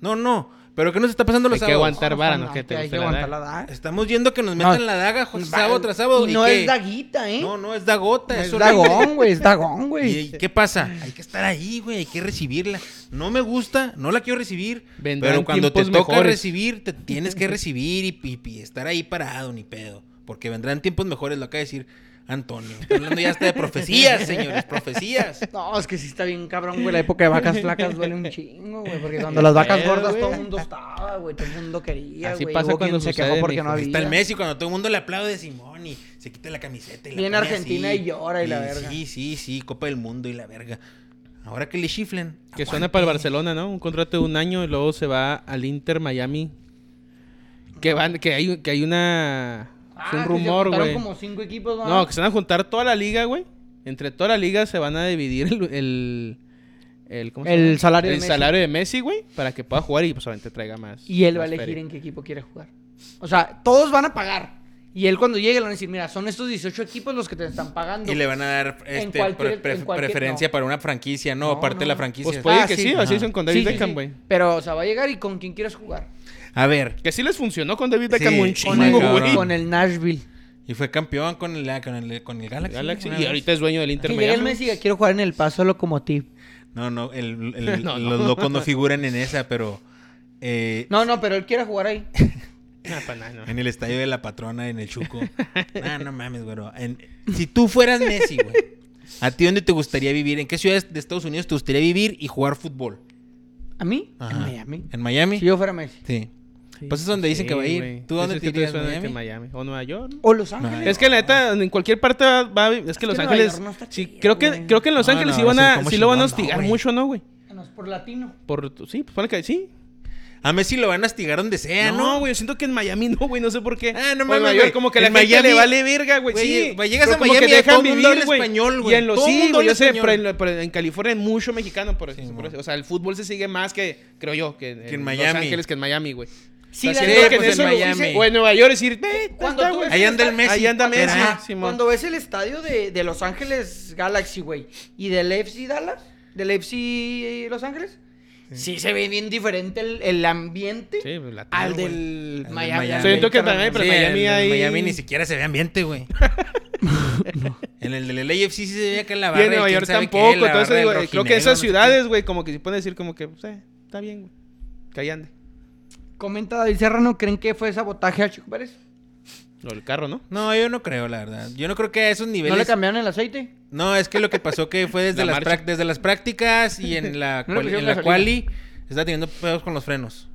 No, no. Pero ¿qué nos está pasando los Hay que sábados? aguantar vara, ¿no? Que te Hay guste que la aguantar daga. la daga. Estamos viendo que nos metan No. la daga jo- Va- sábado tras sábado. Y no qué? es daguita, ¿eh? No, no es dagota. es es horrible. dagón, güey. Es dagón, ¿Y y güey. qué pasa? Hay que estar ahí, güey, hay que recibirla. No me gusta, no la quiero recibir, Vendrán pero cuando te tiempos toca mejores. recibir, te tienes que recibir y, y- y estar ahí parado, ni pedo. Porque vendrán tiempos mejores, lo acaba de decir Antonio. Está hablando ya hasta de profecías, señores, profecías. No, es que sí está bien cabrón, güey. La época de vacas flacas duele un chingo, güey. Porque cuando las vacas Pero, gordas güey. todo el mundo estaba, güey. Todo el mundo quería, Así güey. pasa Hubo cuando quien se sucede, quejó porque mijo. no había. Está el Messi cuando todo el mundo le aplaude a Simón y se quita la camiseta y la Viene pone Argentina así. y llora y la verga. Sí, sí, sí, Copa del Mundo y la verga. Ahora que le chiflen. Que aguante. suena para el Barcelona, ¿no? Un contrato de un año y luego se va al Inter Miami. Que van, que hay, que hay una. es un Ah, que se rumor, juntaron güey. como cinco equipos, ¿va? No, que se van a juntar toda la liga, güey. Entre toda la liga se van a dividir el. el, el- ¿cómo se El llama? salario de El Messi. salario de Messi, güey. Para que pueda jugar y pues obviamente traiga más. Y él va a más elegir feria. en qué equipo quiere jugar. O sea, todos van a pagar. Y él cuando llegue le van a decir, mira, son estos 18 equipos los que te están pagando. Y le van a dar este, cualquier- pre- pre- en cualquier- preferencia no. para una franquicia, no, No, aparte no, de la no. franquicia. Pues puede Ah, que sí. sí, así Ajá. hizo con Sí, David sí, Beckham, sí. güey. Pero, o sea, va a llegar y con quién quieres jugar. A ver, Que sí les funcionó con David Beckham un Sí, Con Chingo, el, chingo, cabrón. güey. con el Nashville. y fue campeón con el, con el, con el Galaxy. Galaxy. una Y vez. ahorita es dueño del Que Inter llegue el Miami. Messi y diga, quiero jugar en el Paso Locomotiv. No, no, el- el- No, no. los locos no figuran en esa, pero eh, No, no, pero él quiere jugar ahí. Ah, pa' nada, no. en el estadio de la patrona, en el Chuco. Ah, no mames, güero. En- si tú fueras Messi, güey, ¿a ti dónde te gustaría vivir? ¿En qué ciudades de Estados Unidos te gustaría vivir y jugar fútbol? ¿A mí? Ajá. En Miami. ¿En Miami? Si yo fuera Messi. Sí. Pues es donde dicen que va a Sí, ir. güey. ¿Tú dónde Dices te que tú irías, suena que Miami? Miami? ¿O Nueva York? O Los Ángeles. Es que la neta, en cualquier parte va, va- es que Los que Nueva Ángeles. York no está sí, chido, creo que, güey. creo que en Los No, Ángeles no, sí, van eso es a, como sí lo van a chingón, no, hostigar güey. mucho, ¿no, güey? No es por latino. Por, sí, pues pone que sí. A Messi lo van a hostigar donde sea, Eh, ¿no? no, güey, yo siento que en Miami no, güey, no sé por qué. Ah, no O en mames, Nueva York, güey. Como que En la gente le Miami- vale verga, güey. güey, Sí, güey, llegas Pero a como que Miami y a dejan todo el mundo habla vivir, güey. español, Y güey. en los Todo el sí, mundo güey, yo habla sé, español. pero en, pero en California hay mucho mexicano, por eso. Sí, por mo. eso. O sea, el fútbol se sigue más que, creo yo, que en, Que en en Los Miami. Ángeles que en Miami, güey. Sí, O sea, la siento neta, que en pues, eso en lo Miami. hice- O en Nueva York decir, ve, Cuando está, tú güey. ves Ahí anda el esta- Messi. Ahí anda Pero, Messi, ah, Simón. Cuando ves el estadio de, de Los Ángeles Galaxy, güey, y del FC Dallas, del FC Los Ángeles, sí, se ve bien diferente el, el ambiente Sí, pues, latino, al güey. del Al Miami. del Sí, yo creo que Miami. también, pero Sí, Miami en el ahí- Miami ni siquiera se ve ambiente, güey. En el del LAFC sí se ve acá en la Y barra. en de Nueva quién York sabe qué, tampoco. la barra entonces, del digo, eh, creo que rojinegro, no esas sé qué. ciudades, güey, como que si pones decir como que, pues, eh, está bien, güey. Que ahí ande. Comenta David Serrano, ¿creen que fue sabotaje a Chico Pérez? O el carro, ¿no? No, yo no creo, la verdad. Yo no creo que a esos ¿No le niveles. No, cambiaron el aceite? es que lo que pasó que fue desde, La las, marcha. prac- desde las prácticas y en la, No le cual- pusieron en la gasolina. quali está teniendo pedos con los frenos.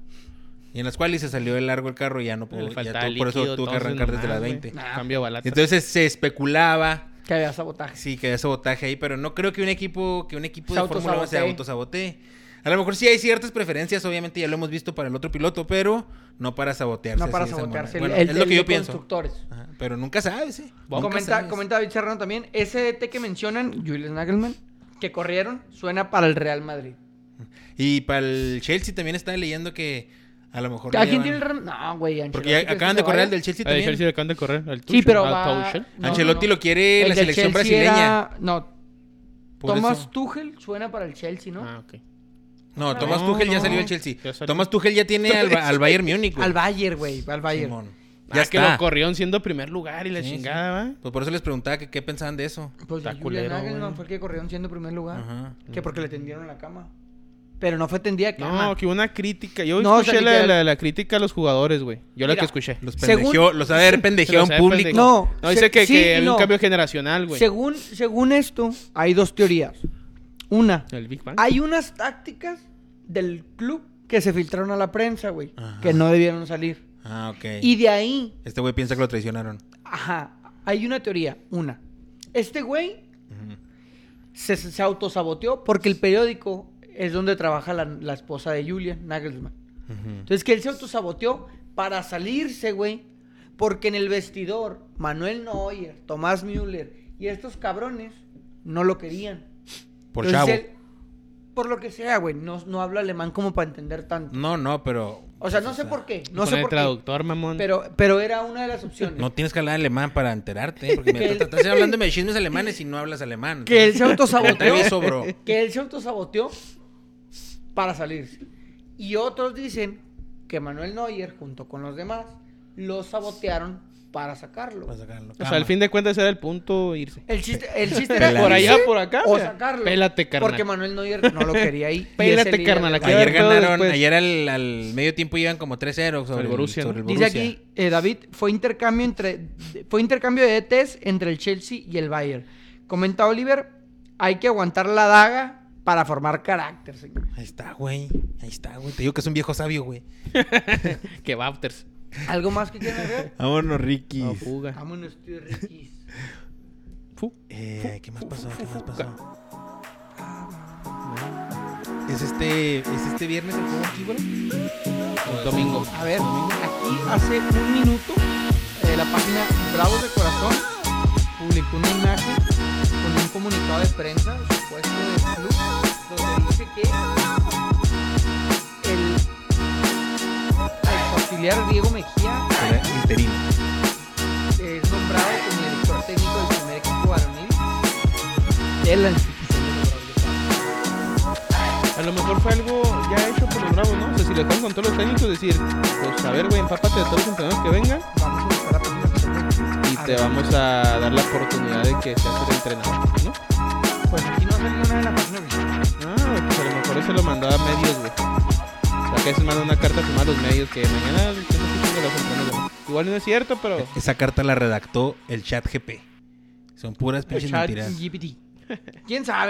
Y en las quali se salió de largo el carro y ya no pudo. Le ya faltaba tuvo- por líquido, eso tuvo que entonces, arrancar desde nomás, las güey. 20. Nah. Cambio de balata. Entonces se especulaba Que había sabotaje. Sí, que había sabotaje ahí, pero no creo que un equipo, que un equipo Se de Fórmula 1 se autosabotee. autosabotee. A lo mejor sí hay ciertas preferencias, obviamente ya lo hemos visto para el otro piloto, pero no para sabotearse. No para así de esa sabotearse. manera. el- Bueno, el, es lo el que de yo pienso. Constructores. Ajá, pero nunca sabes, ¿eh? Nunca Comenta, sabes. comenta David Serrano también, ese DT que mencionan, Julius Nagelman, que corrieron, suena para el Real Madrid. Y para el Chelsea también estaba leyendo que a lo mejor... ¿A lo quién llevan- tiene el Real No, güey, Ancelotti. Porque ya ¿crees que acaban se de correr vaya? el del Chelsea Ah, el también. Chelsea le acaban de correr. al Sí, Tuchel, pero al va... Tuchel. no, Ancelotti no, no. lo quiere El la del selección Chelsea brasileña. era- No, Por Thomas eso- Tuchel suena para el Chelsea, ¿no? Ah, ok. No, Tomás No, Tuchel ya no. salió del Chelsea. Ya salió. Thomas Tuchel ya tiene al, al Bayern Múnich. güey. al Bayern, güey, al Bayern. pues. Simón. Ya Ya Ah, que lo está. corrieron siendo primer lugar y la Sí, sí. chingada, ¿va? Pues por eso les preguntaba que qué pensaban de eso. Pues Está de Julian culero, Nagelsmann güey. fue el que corrieron siendo primer lugar. Ajá. Que porque le tendieron la cama. Pero no fue tendida de cama. No, que hubo una crítica. Yo No, o sea, escuché la- literal. la, la crítica a los jugadores, güey. Yo la Mira, que escuché. Los Según- pendejeó, los ha de haber Pero, pendejeado en ¿sabes, público. pendejo? No, No, se- dice que, sí que y había no. un cambio generacional, güey. según, según esto, hay dos teorías. Una, El Big Bang. hay unas tácticas del club que se filtraron a la prensa, güey. Ajá. Que no debieron salir. Ah, ok. Y de ahí, Este güey piensa que lo traicionaron. Ajá. Hay una teoría, una. Este güey se, se autosaboteó porque el periódico es donde trabaja la, la esposa de Julia, Nagelsmann. Entonces que él se autosaboteó para salirse, güey. Porque en el vestidor, Manuel Neuer, Tomás Müller y estos cabrones no lo querían. Por Entonces, chavo. él- por lo que sea, güey. No, no habla alemán como para entender tanto. No, no, pero. O sea, no sé por qué. No Con sé el por qué. traductor, mamón. Pero, pero era una de las opciones. No tienes que hablar alemán para enterarte, ¿eh? porque me Que el- estás estás hablando de chismes alemanes y no hablas alemán. Que él se Te autosaboteó. aviso, bro. que él se autosaboteó para salirse. Y otros dicen que Manuel Neuer, junto con los demás, lo sabotearon para sacarlo. Para sacarlo. o sea, al fin de cuentas era el punto irse. El chiste, el chiste era Pelar. Por irse allá, por acá. O mira. sacarlo. Pélate, carnal. Porque Manuel Neuer no lo quería ahí. y es Pélate, el líder carnal, del aquí Bayern. Ayer Quedaron todos ganaron, después. ayer al, al medio tiempo iban como 3-0 sobre Al el Borussia, sobre el ¿no? Dice Borussia. aquí, eh, David, fue intercambio entre fue intercambio de ETs entre el Chelsea y el Bayern. Comenta Oliver, hay que aguantar la daga para formar carácter, señor. Ahí está, güey. Ahí está, güey. Te digo que es un viejo sabio, güey. Que Bapters. ¿Algo más que quieran agregar? Vámonos, Ricky. No, fuga. Vámonos, tío Riquis. Fu- Eh, ¿Qué más pasó? ¿Qué más pasó? ¿Es este, ¿Es este viernes el juego aquí, güey? Domingo. A ver, aquí hace un minuto eh, la página Bravos de Corazón publicó una imagen con un comunicado de prensa, supuesto del club, donde dice que el auxiliar Diego Mejía Era interino. es nombrado como director técnico del primer equipo varonil de la institución de los Bravos de Corazón. A lo mejor fue algo ya hecho por los bravos, ¿no? O sea, si le están con todos los técnicos, decir, pues a ver, güey, empápate de todos los entrenadores que vengan Vamos a buscar la página que tenemos. y A te ver. vamos a dar la oportunidad de que seas el entrenador, ¿no? Pues aquí no ha salido nada de la página oficial. Ah, güey, pues a lo mejor eso lo mandaba a medios, güey. O sea, que se manda una carta firmada a los medios que mañana que no escuchen de los entrenadores. Igual no es cierto, pero Esa carta la redactó el chat GP. Son puras pinches Chat mentiras. GPT. ¿Quién sabe?